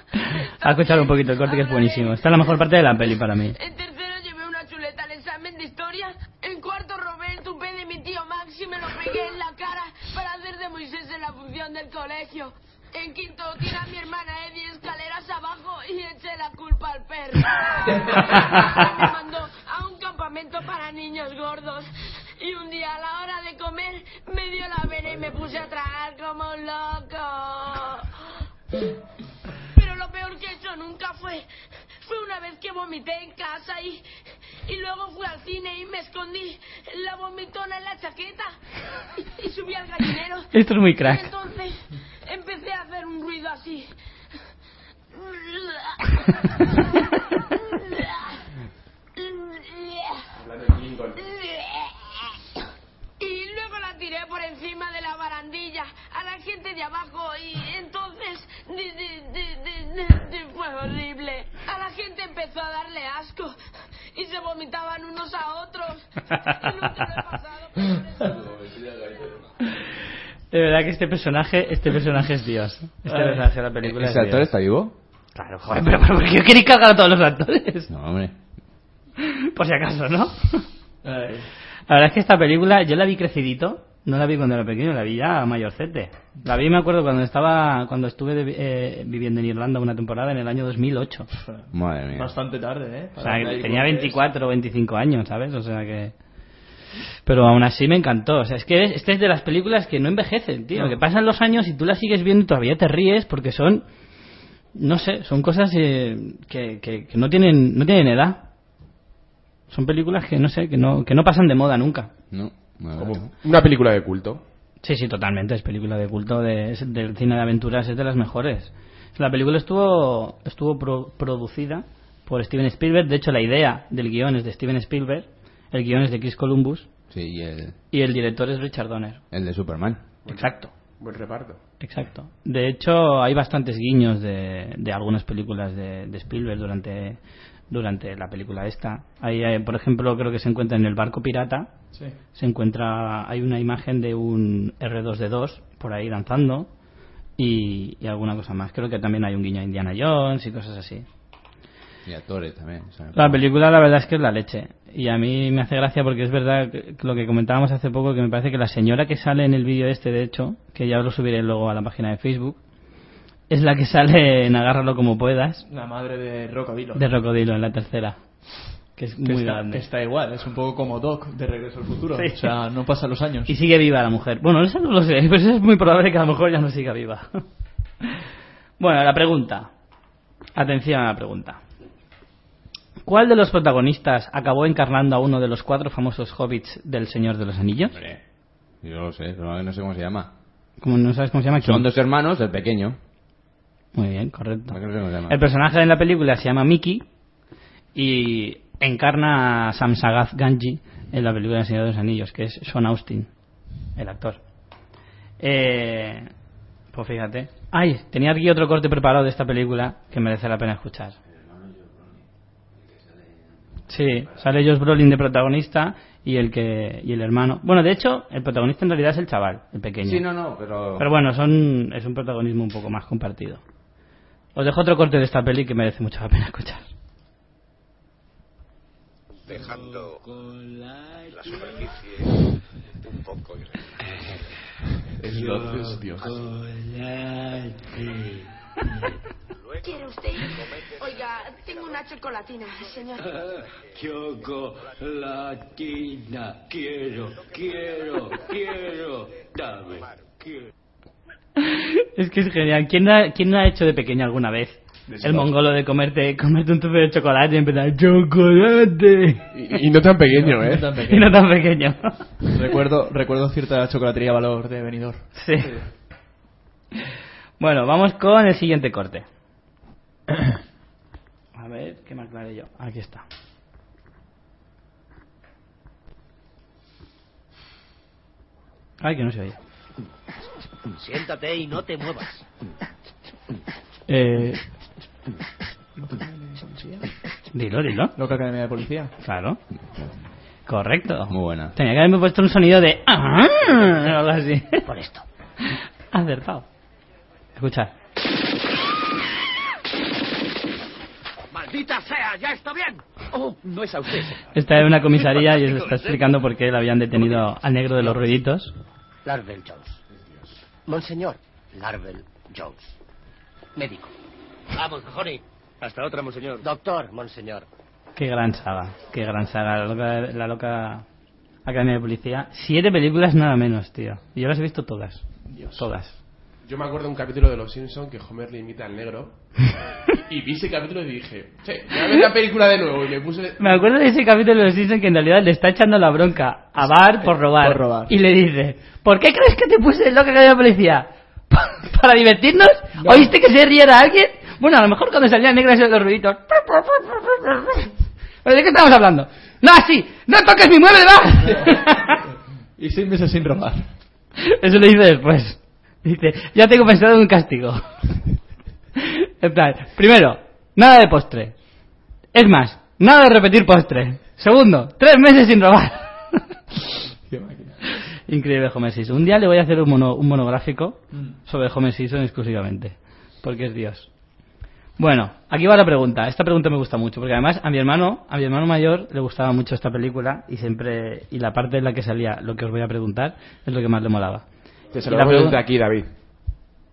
Speaker 1: A escuchar un poquito el corte que es buenísimo. Esta es la mejor parte de la peli para mí.
Speaker 6: En tercero llevé una chuleta al examen de historia. En cuarto robé el tupé de mi tío Max y me lo pegué en la cara para hacer de Moisés en la función del colegio. En quinto tiré a mi hermana Eddie escaleras abajo y eché la culpa al perro. me mandó a un campamento para niños gordos. Y un día a la hora de comer me dio la vena y me puse a tragar como un loco. Pero lo peor que eso nunca fue. Fue una vez que vomité en casa y, y luego fui al cine y me escondí la vomitona en la chaqueta y, y subí al gallinero.
Speaker 1: Esto es muy
Speaker 6: Y
Speaker 1: crack.
Speaker 6: entonces empecé a hacer un ruido así. Y luego la tiré por encima de la barandilla a la gente de abajo y entonces di- di- di- di- di- di- fue horrible. A la gente empezó a darle asco y se vomitaban unos a otros. Y nunca lo he pasado por eso.
Speaker 1: De verdad que este personaje, este personaje es Dios. Este personaje de la película es
Speaker 4: ¿Ese actor
Speaker 1: Dios.
Speaker 4: está vivo?
Speaker 1: Claro, joder, pero pero ¿por qué queréis cagar a todos los actores?
Speaker 4: No, hombre.
Speaker 1: Por si acaso, ¿no?
Speaker 3: Eh,
Speaker 1: La verdad es que esta película yo la vi crecidito, no la vi cuando era pequeño, la vi ya mayorcete. La vi, me acuerdo, cuando estaba cuando estuve de- eh, viviendo en Irlanda una temporada en el año 2008.
Speaker 4: Madre mía.
Speaker 3: Bastante tarde, ¿eh?
Speaker 1: O
Speaker 3: Para
Speaker 1: sea, que
Speaker 3: ver
Speaker 1: tenía
Speaker 3: cómo es.
Speaker 1: 24 o 25 años, ¿sabes? O sea que... Pero aún así me encantó. O sea, es que es- esta es de las películas que no envejecen, tío.
Speaker 3: No.
Speaker 1: Que pasan los años y tú las sigues viendo y todavía te ríes porque son... No sé, son cosas eh, que, que- que no, tienen, no tienen edad. Son películas que, no sé, que no, que no pasan de moda nunca.
Speaker 4: No, la verdad que no.
Speaker 2: Como una película de culto.
Speaker 1: Sí, sí, totalmente. Es película de culto de, es del cine de aventuras, es de las mejores. La película estuvo, estuvo pro- producida por Steven Spielberg. De hecho, la idea del guión es de Steven Spielberg, el guión es de Chris Columbus
Speaker 4: Sí, y el,
Speaker 1: y el director es Richard Donner.
Speaker 4: el de Superman.
Speaker 1: Exacto.
Speaker 2: Buen reparto.
Speaker 1: Exacto. De hecho, hay bastantes guiños de, de algunas películas de, de Spielberg durante, durante la película esta. Ahí, eh, por ejemplo, creo que se encuentra en el barco pirata,
Speaker 3: Sí.
Speaker 1: se encuentra hay una imagen de un R2D2 por ahí danzando y, y alguna cosa más creo que también hay un guiño a Indiana Jones y cosas así
Speaker 4: Y actores también. o sea,
Speaker 1: la película la verdad es que es la leche y a mí me hace gracia porque es verdad que- que lo que comentábamos hace poco que me parece que la señora que sale en el vídeo este de hecho que ya lo subiré luego a la página de Facebook es la que sale en agárralo como puedas
Speaker 3: La madre de Rocavilo.
Speaker 1: de Rocodilo en la tercera que es
Speaker 3: que
Speaker 1: muy
Speaker 3: está,
Speaker 1: grande.
Speaker 3: que está igual, es un poco como Doc de Regreso al Futuro.
Speaker 1: Sí.
Speaker 3: O sea, no pasan los años.
Speaker 1: Y sigue viva la mujer. Bueno, eso no lo sé, pero eso es muy probable que a lo mejor ya no siga viva. bueno, la pregunta. Atención a la pregunta. ¿Cuál de los protagonistas acabó encarnando a uno de los cuatro famosos hobbits del Señor de los Anillos?
Speaker 4: Hombre, yo lo sé, pero no sé cómo se llama.
Speaker 1: Como no sabes cómo se llama.
Speaker 4: Son
Speaker 1: ¿quién?
Speaker 4: dos hermanos, el pequeño.
Speaker 1: Muy bien,
Speaker 4: No
Speaker 1: correcto.
Speaker 4: sé cómo se llama.
Speaker 1: El personaje en la película se llama Mickey y encarna a Samsagaz Ganji en la película El Señor de los Anillos, que es Sean Austin, el actor. Eh, pues fíjate. Ay, tenía aquí otro corte preparado de esta película que merece la pena escuchar. Sí, sale Josh Brolin de protagonista y el que y el hermano. Bueno, de hecho, el protagonista en realidad es el chaval, el pequeño.
Speaker 4: Sí, no, no, pero...
Speaker 1: Pero bueno, son, es un protagonismo un poco más compartido. Os dejo otro corte de esta peli que merece mucho la pena escuchar.
Speaker 7: dejando la superficie un poco irregular.
Speaker 2: Es Dios, es Dios.
Speaker 6: ¿Quiere usted? Oiga, tengo una chocolatina, señor.
Speaker 7: Chocolatina, quiero, quiero, quiero, dame.
Speaker 1: Es que es genial. ¿Quién, la- quién lo ha hecho de pequeña alguna vez? El mongolo de comerte, comerte un tubo de chocolate y empezar chocolate.
Speaker 2: Y, y no tan pequeño, ¿eh?
Speaker 3: Tan pequeño.
Speaker 1: Y no tan pequeño.
Speaker 3: recuerdo, recuerdo cierta chocolatería valor de venidor.
Speaker 1: Sí. Bueno, vamos con el siguiente corte. A ver, ¿qué me aclaré yo? Aquí está. Ay, que no se oye.
Speaker 5: Siéntate y no te muevas.
Speaker 1: Eh... Dilo, dilo.
Speaker 3: Loca Academia de Policía.
Speaker 1: Claro. Correcto.
Speaker 4: Ah, Muy buena.
Speaker 1: Tenía que haberme puesto un sonido de... "Ah", o algo así.
Speaker 5: Por esto.
Speaker 1: Acertado. Escucha.
Speaker 5: ¡Maldita sea! ¡Ya está bien! Oh, no es a usted, señor.
Speaker 1: Está en una comisaría y os está explicando por qué le habían detenido al negro de los ruiditos.
Speaker 5: Larvel Jones. Monseñor Larvel Jones. Médico. Vamos, cojones.
Speaker 7: Hasta otra, monseñor.
Speaker 5: Doctor, monseñor.
Speaker 1: Qué gran saga. Qué gran saga. La loca, la loca Academia de Policía. Siete películas nada menos, tío. Y yo las he visto todas. Todas.
Speaker 2: Yo me acuerdo de un capítulo de Los Simpsons que Homer le imita al negro. y vi ese capítulo y dije, sí, voy a ver la película de nuevo. Y le puse.
Speaker 1: Me acuerdo de ese capítulo donde dicen que en realidad le está echando la bronca a Bart por robar.
Speaker 3: Por robar.
Speaker 1: Y le dice, ¿por qué crees que te puse el loca que había policía? ¿Pa- ¿Para divertirnos? ¿Oíste que se riera alguien? Bueno, a lo mejor cuando salían negras esos los ruiditos. ¿Pero de qué estamos hablando? ¡No, así! ¡No toques mi mueble, va!
Speaker 3: Y seis meses sin robar.
Speaker 1: Eso le dice después. Dice, ya tengo pensado un castigo. En plan, primero, nada de postre. Es más, nada de repetir postre. Segundo, tres meses sin robar.
Speaker 3: Qué máquina.
Speaker 1: Increíble Homer Simpson. Un día le voy a hacer un, mono- un monográfico sobre Homer Simpson exclusivamente. Porque es Dios. Bueno, aquí va la pregunta. Esta pregunta me gusta mucho, porque además a mi hermano, a mi hermano mayor le gustaba mucho esta película y siempre y la parte en la que salía lo que os voy a preguntar es lo que más le molaba.
Speaker 2: Te
Speaker 1: Y la
Speaker 2: saludamos
Speaker 1: pregunta-
Speaker 2: desde aquí, David.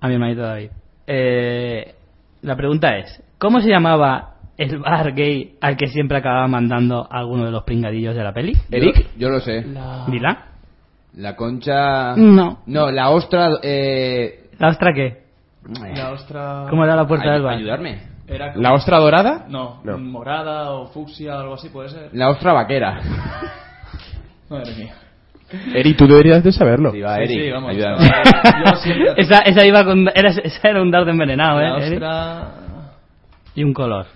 Speaker 1: A mi hermanito David. Eh, la pregunta es, ¿cómo se llamaba el bar gay al que siempre acababa mandando a alguno de los pringadillos de la peli?
Speaker 4: Yo, yo lo sé.
Speaker 1: ¿Dila?
Speaker 4: La concha...
Speaker 1: No.
Speaker 4: No, la ostra... Eh...
Speaker 1: ¿La ostra qué?
Speaker 3: La ostra.
Speaker 1: ¿Cómo era la puerta
Speaker 4: Ay-
Speaker 1: del bar?
Speaker 4: Ayudarme.
Speaker 3: Era
Speaker 2: ¿La ostra dorada?
Speaker 3: No, Mm.
Speaker 2: No.
Speaker 3: morada o fucsia o algo así puede ser.
Speaker 4: La ostra vaquera.
Speaker 3: Madre mía.
Speaker 2: Eri, tú deberías de saberlo.
Speaker 4: Sí, va,
Speaker 3: Sí,
Speaker 4: Ah, Eric,
Speaker 3: sí, vamos.
Speaker 4: ayúdame.
Speaker 3: Yo siempre-
Speaker 1: esa, esa iba con, era, esa era un dardo envenenado,
Speaker 3: La
Speaker 1: ¿eh? Eric?
Speaker 3: ostra.
Speaker 1: Y un color.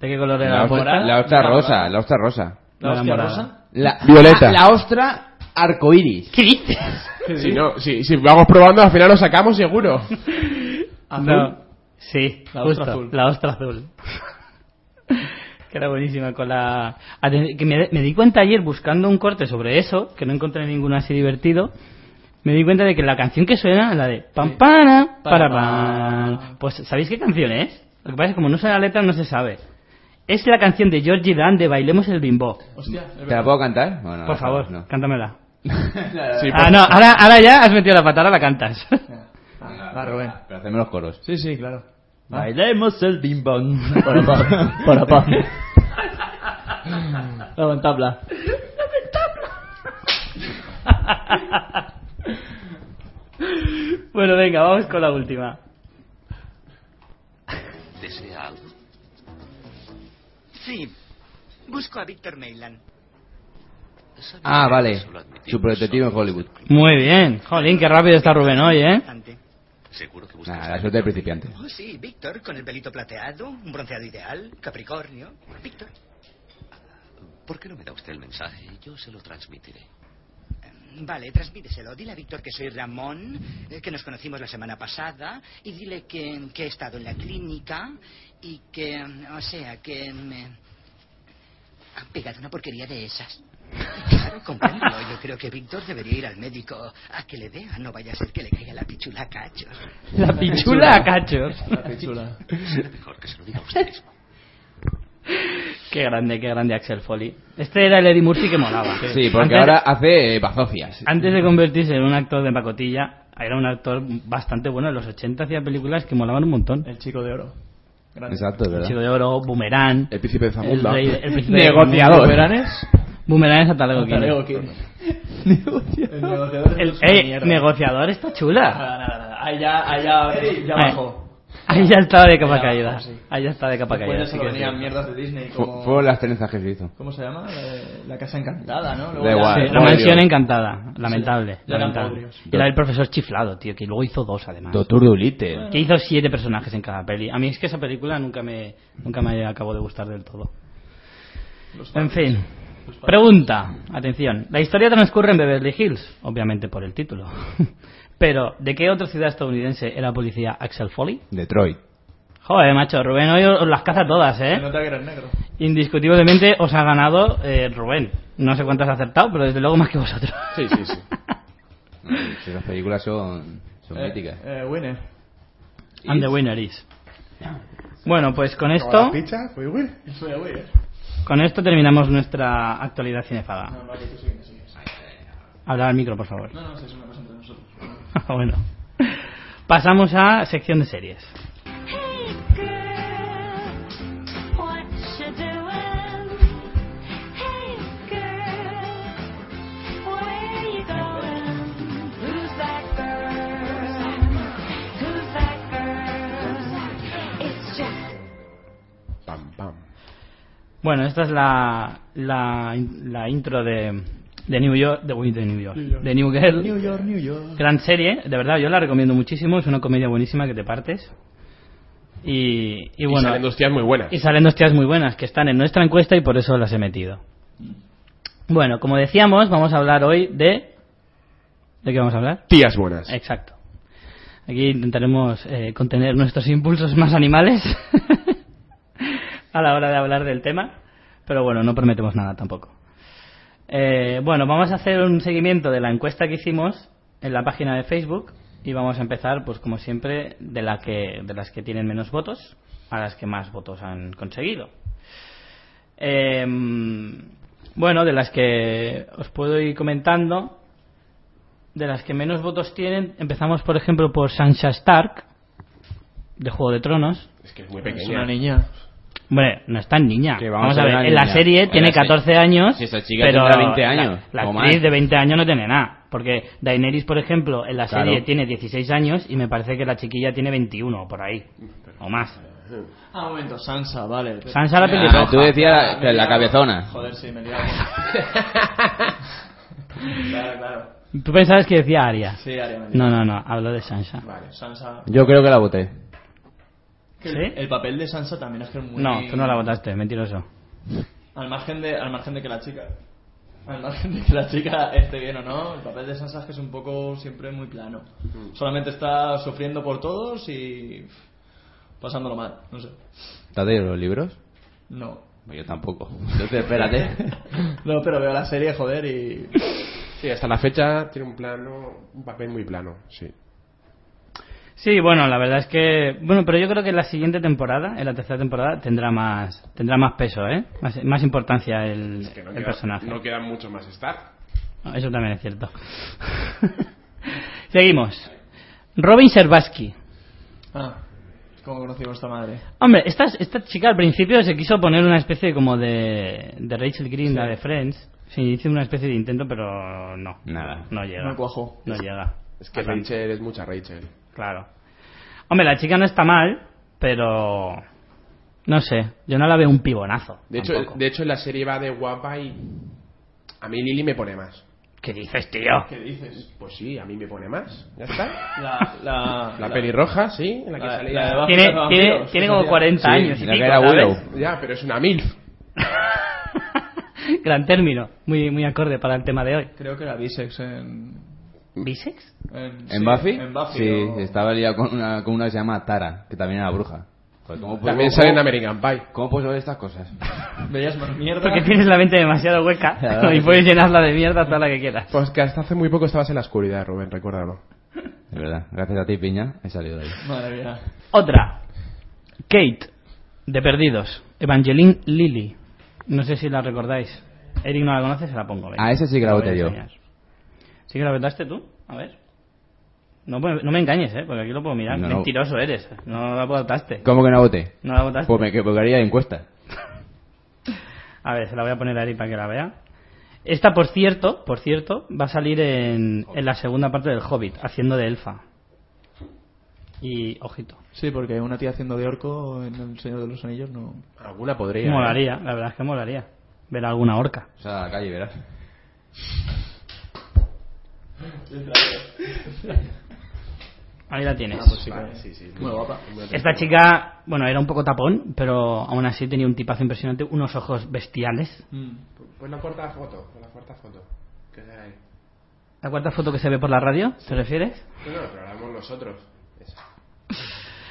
Speaker 1: ¿De qué color era
Speaker 4: La
Speaker 1: la
Speaker 4: ostra,
Speaker 1: puerta?
Speaker 4: la ostra
Speaker 3: La
Speaker 4: rosa,
Speaker 3: morada.
Speaker 4: la ostra rosa.
Speaker 3: La
Speaker 1: La
Speaker 3: ostra
Speaker 1: morada.
Speaker 3: rosa.
Speaker 4: La,
Speaker 2: Violeta.
Speaker 4: La, ostra arcoiris.
Speaker 1: ¿Qué dices?
Speaker 2: Si no, si, si vamos probando, al final lo sacamos seguro.
Speaker 3: Azul.
Speaker 1: No. Sí,
Speaker 3: La
Speaker 1: justo,
Speaker 3: ostra azul.
Speaker 1: La ostra azul. que era buenísima con la... Aten- Que me, me di cuenta ayer buscando un corte sobre eso, que no encontré ninguno así divertido, me di cuenta de que la canción que suena, la de pam pana, para pam. Pues ¿sabéis qué canción es? Lo que pasa es que como no sé la letra no se sabe. Es la canción de Georgie Dan de Bailemos el Bimbo.
Speaker 3: Hostia, es
Speaker 4: ¿Te la
Speaker 3: verdad.
Speaker 4: puedo cantar? Bueno, no,
Speaker 1: Por
Speaker 4: no,
Speaker 1: favor,
Speaker 4: no.
Speaker 1: cántamela.
Speaker 2: Sí,
Speaker 4: pues.
Speaker 1: Ah, no, ahora, ahora ya has metido la pata, ahora la cantas.
Speaker 3: Va, Rubén.
Speaker 4: Pero hacemos los coros.
Speaker 3: Sí, sí, claro.
Speaker 1: Bailemos el bimbón.
Speaker 3: Para pa. Para pa. Lamentable.
Speaker 1: bueno, venga, vamos con la última.
Speaker 7: Desea algo.
Speaker 8: Sí. Busco a Víctor Mailand.
Speaker 4: Ah, vale. Su protetivo en Hollywood.
Speaker 1: Muy bien. Jolín, qué rápido está Rubén hoy, ¿eh?
Speaker 8: Ante.
Speaker 7: Seguro que buscas.
Speaker 4: Nada, la suerte del principiante.
Speaker 8: Oh, sí, Víctor, con el pelito plateado, un bronceado ideal, Capricornio. Víctor.
Speaker 7: ¿Por qué no me da usted el mensaje? Yo se lo transmitiré.
Speaker 8: Vale, transmíteselo. Dile a Víctor que soy Ramón, eh, que nos conocimos la semana pasada, y dile que, que he estado en la clínica y que, o sea, que me han pegado una porquería de esas. Claro, comprendo. Yo creo que Víctor debería ir al médico a que le vea. No vaya a ser que le caiga la pichula a cachos.
Speaker 1: La pichula a cachos.
Speaker 3: Qué chula.
Speaker 7: Mejor que se lo diga a usted mismo.
Speaker 1: Qué grande, qué grande Axel Foley. Este era el Eddie Murphy que molaba.
Speaker 4: Sí, porque
Speaker 1: Antes-
Speaker 4: ahora hace eh, bazofias.
Speaker 1: Antes de convertirse en un actor de pacotilla, era un actor bastante bueno. En los 80 hacía películas que molaban un montón.
Speaker 3: El chico de oro. Grande.
Speaker 4: Exacto, es
Speaker 1: El
Speaker 4: ¿verdad?
Speaker 1: Chico de Oro, Boomerang.
Speaker 3: Eh,
Speaker 2: El príncipe de
Speaker 1: El
Speaker 2: Zamunda.
Speaker 1: rey, el príncipe de-
Speaker 4: Negociador.
Speaker 3: Veranes.
Speaker 1: Boomerang es Atalégo
Speaker 3: Hasta luego, Kid. El negociador.
Speaker 1: El
Speaker 3: es una
Speaker 1: eh,
Speaker 3: mierda. Ah.
Speaker 1: negociador está chula.
Speaker 3: Nada, nada, nada. Ahí ya, ahí ya, ya
Speaker 1: Ahí.
Speaker 3: bajó.
Speaker 1: Ahí ya estaba de capa
Speaker 3: Era
Speaker 1: caída.
Speaker 3: bajo, sí.
Speaker 1: Ahí ya estaba de capa
Speaker 3: Después
Speaker 1: caída.
Speaker 3: ya solo
Speaker 1: sí que
Speaker 3: venían
Speaker 1: sí.
Speaker 3: mierdas de Disney
Speaker 4: Fu-
Speaker 3: como...
Speaker 4: Fueron las trenzas que se hizo.
Speaker 3: ¿Cómo se llama? Eh, La Casa Encantada, ¿no?
Speaker 4: Da
Speaker 3: la-
Speaker 4: igual.
Speaker 1: Sí, la
Speaker 4: Podrios.
Speaker 1: mansión encantada, lamentable.
Speaker 3: ya eran
Speaker 1: lamentable.
Speaker 3: podrios.
Speaker 1: Y la del profesor chiflado, tío, que luego hizo dos además.
Speaker 4: Doctor Dolittle.
Speaker 1: Que hizo siete personajes en cada peli. A mí es que esa película nunca me, nunca me acabó de gustar del todo. En fin. Pregunta, atención. La historia transcurre en Beverly Hills, obviamente por el título. Pero, ¿de qué otra ciudad estadounidense era policía Axel Foley?
Speaker 4: Detroit.
Speaker 1: Joder, macho, Rubén hoy os las caza todas, ¿eh?
Speaker 3: Se nota que eres negro.
Speaker 1: Indiscutiblemente os ha ganado eh, Rubén. No sé cuántas has acertado, pero desde luego más que vosotros.
Speaker 2: Sí, sí, sí.
Speaker 4: Si Esas películas son, son
Speaker 3: Eh,
Speaker 4: míticas.
Speaker 3: eh, winner.
Speaker 1: And the winner is. Bueno, pues con
Speaker 2: ¿La
Speaker 1: esto,
Speaker 2: pizza? Pues bueno.
Speaker 3: Soy a winner.
Speaker 1: con esto terminamos nuestra actualidad cinefaga.
Speaker 3: No, vale, tú sigues, sigues.
Speaker 1: Hablar al micro, por favor.
Speaker 3: No, no, si es una cosa entre nosotros.
Speaker 1: bueno. Pasamos a sección de series.
Speaker 6: Hey girl, what you doing? Hey girl, where you going? Who's that girl? Who's that girl? It's just
Speaker 2: Pam, pam.
Speaker 1: Bueno, esta es la, la, la intro de, de New York, de, uy, de New York,
Speaker 3: New York.
Speaker 1: de New Girl.
Speaker 3: New York, New York.
Speaker 1: Gran serie, de verdad, yo la recomiendo muchísimo. Es una comedia buenísima que te partes. Y, y
Speaker 2: Y
Speaker 1: bueno,
Speaker 2: salen dos tías muy buenas.
Speaker 1: y salen dos tías muy buenas que están en nuestra encuesta y por eso las he metido. Bueno, como decíamos, vamos a hablar hoy de. ¿De qué vamos a hablar?
Speaker 2: Tías buenas.
Speaker 1: Exacto. Aquí intentaremos eh, contener nuestros impulsos más animales a la hora de hablar del tema, pero bueno, no prometemos nada tampoco. Eh, bueno, vamos a hacer un seguimiento de la encuesta que hicimos en la página de Facebook y vamos a empezar, pues como siempre, de, la que, de las que tienen menos votos a las que más votos han conseguido. Eh, bueno, de las que os puedo ir comentando, de las que menos votos tienen, empezamos por ejemplo por Sansa Stark, de Juego de Tronos.
Speaker 2: Es que es muy
Speaker 3: Es una
Speaker 2: pequeña.
Speaker 3: niña.
Speaker 1: Hombre, no es tan niña.
Speaker 4: Que
Speaker 1: vamos,
Speaker 4: vamos
Speaker 1: a
Speaker 4: a
Speaker 1: ver,
Speaker 4: ver una
Speaker 1: en la
Speaker 4: niña.
Speaker 1: serie
Speaker 4: En
Speaker 1: tiene
Speaker 4: la serie.
Speaker 1: 14 años.
Speaker 4: Si esa chica
Speaker 1: pero
Speaker 4: tendrá 20
Speaker 1: la-
Speaker 4: años,
Speaker 1: La,
Speaker 4: o
Speaker 1: actriz
Speaker 4: más.
Speaker 1: de 20 años no tiene nada. Porque Daenerys, por ejemplo, en la
Speaker 4: Claro.
Speaker 1: serie tiene 16 años y me parece que la chiquilla tiene 21 o por ahí. O más.
Speaker 3: Ah, un momento, Sansa, vale.
Speaker 1: Sansa la pelirroja.
Speaker 4: Ah, tú decías que
Speaker 3: Me
Speaker 4: la
Speaker 3: liaba.
Speaker 4: cabezona.
Speaker 3: Joder, sí, me liaba. claro, claro.
Speaker 1: Tú pensabas que decía Arya.
Speaker 3: Sí, Aria me
Speaker 1: No,
Speaker 3: liaba.
Speaker 1: no, no, hablo de Sansa.
Speaker 3: Vale, Sansa.
Speaker 4: Yo creo que la voté.
Speaker 3: Que
Speaker 1: ¿Sí?
Speaker 3: El, el papel de Sansa también es que es muy.
Speaker 1: No, tú no la votaste, mentiroso.
Speaker 3: Al margen de, al margen de que la chica. Al margen de que la chica esté bien o no, el papel de Sansa es que es un poco siempre muy plano.
Speaker 4: Mm.
Speaker 3: Solamente está sufriendo por todos y. pff, pasándolo mal, no sé.
Speaker 4: ¿Estás de los libros?
Speaker 3: No.
Speaker 4: Pues Yo tampoco. Entonces, espérate.
Speaker 3: No, pero veo la serie, joder, y.
Speaker 2: Sí, hasta la fecha tiene un plano, un papel muy plano, sí.
Speaker 1: Sí, bueno, la verdad es que bueno, pero yo creo que en la siguiente temporada, en la tercera temporada tendrá más tendrá más peso, ¿eh? Más, más importancia el,
Speaker 2: Es que no
Speaker 1: el
Speaker 2: queda-
Speaker 1: personaje.
Speaker 2: No queda mucho más estar.
Speaker 1: Ah, Eso también es cierto. Seguimos. Robin Serbaski,
Speaker 3: Ah, ¿Cómo conocí a vuestra madre?
Speaker 1: Hombre, esta, esta chica al principio se quiso poner una especie como de, de Rachel Green, la de Friends. Sí, hice una especie de intento, pero no.
Speaker 4: Nada.
Speaker 1: No llega.
Speaker 3: No cuajó.
Speaker 1: No llega.
Speaker 2: Es que
Speaker 1: Ajá.
Speaker 2: Rachel es mucha Rachel.
Speaker 1: Claro. Hombre, la chica no está mal, pero... No sé, yo no la veo un pibonazo.
Speaker 2: De hecho,
Speaker 1: tampoco.
Speaker 2: de hecho, la serie va de guapa y a mí Lily me pone más.
Speaker 1: ¿Qué dices, tío?
Speaker 3: ¿Qué dices?
Speaker 2: Pues sí, a mí me pone más. ¿Ya está?
Speaker 3: La, la,
Speaker 2: La pelirroja, sí, en la que
Speaker 3: la-
Speaker 2: salía.
Speaker 3: la de Buffy
Speaker 1: Tiene,
Speaker 3: los
Speaker 1: tiene,
Speaker 3: vampiros,
Speaker 1: tiene
Speaker 3: que
Speaker 1: como
Speaker 3: salía.
Speaker 1: 40
Speaker 4: Sí,
Speaker 1: años y
Speaker 4: la que
Speaker 1: pico,
Speaker 4: era
Speaker 1: ¿sabes?
Speaker 4: Willow.
Speaker 2: Ya, pero es una MILF.
Speaker 1: Gran término, muy, muy acorde para el tema de hoy.
Speaker 3: Creo que era Bisex en.
Speaker 1: ¿Bisex?
Speaker 3: ¿En,
Speaker 4: ¿En
Speaker 3: sí,
Speaker 4: Buffy?
Speaker 3: En Buffy.
Speaker 4: Sí,
Speaker 3: o-
Speaker 4: estaba liado con una, con una que se llama Tara, que también era bruja. Joder, ¿cómo puedo-
Speaker 2: También
Speaker 4: cómo-
Speaker 2: sale en American Pie.
Speaker 4: ¿Cómo puedo saber estas cosas?
Speaker 3: Veías más mierda.
Speaker 1: Porque tienes la mente demasiado hueca
Speaker 4: Claro.
Speaker 1: y puedes llenarla de mierda toda la que quieras.
Speaker 2: Pues que hasta hace muy poco estabas en la oscuridad, Rubén, recuérdalo.
Speaker 4: De verdad, gracias a ti, Piña, he salido de ahí.
Speaker 3: Madre mía.
Speaker 1: Otra. Kate, de Perdidos. Evangeline Lilly. No sé si la recordáis. Eric no la conoce, se la pongo. venga.
Speaker 4: Ah, esa sí que la
Speaker 1: Te voy a
Speaker 4: voté yo.
Speaker 1: enseñar. ¿Sí que la votaste tú? A ver. No, me- no me engañes, ¿eh? Porque aquí lo puedo mirar.
Speaker 4: No, no.
Speaker 1: Mentiroso eres. No la votaste.
Speaker 4: ¿Cómo que no voté?
Speaker 1: No la votaste.
Speaker 4: Pues me equivocaría de encuesta.
Speaker 1: A ver, se la voy a poner a Eric para que la vea. Esta, por cierto, por cierto, va a salir en, en la segunda parte del Hobbit, haciendo de elfa. Y, ojito.
Speaker 3: Sí, porque una tía haciendo de orco en El Señor de los Anillos no.
Speaker 2: Alguna podría. ¿eh?
Speaker 1: Molaría, la verdad es que molaría. Ver alguna orca.
Speaker 4: O sea, a la calle, verás.
Speaker 1: Ahí la tienes.
Speaker 2: Vale, sí, sí.
Speaker 3: Muy Ah, pues guapa.
Speaker 1: Esta chica, bueno, era un poco tapón, pero aún así tenía un tipazo impresionante, unos ojos bestiales.
Speaker 3: Mm.
Speaker 2: Pues la cuarta foto, pon la cuarta foto. ¿Qué será ahí?
Speaker 1: ¿La cuarta foto que se ve por la radio? ¿Te refieres?
Speaker 2: No, no, pero la vemos nosotros. Esa.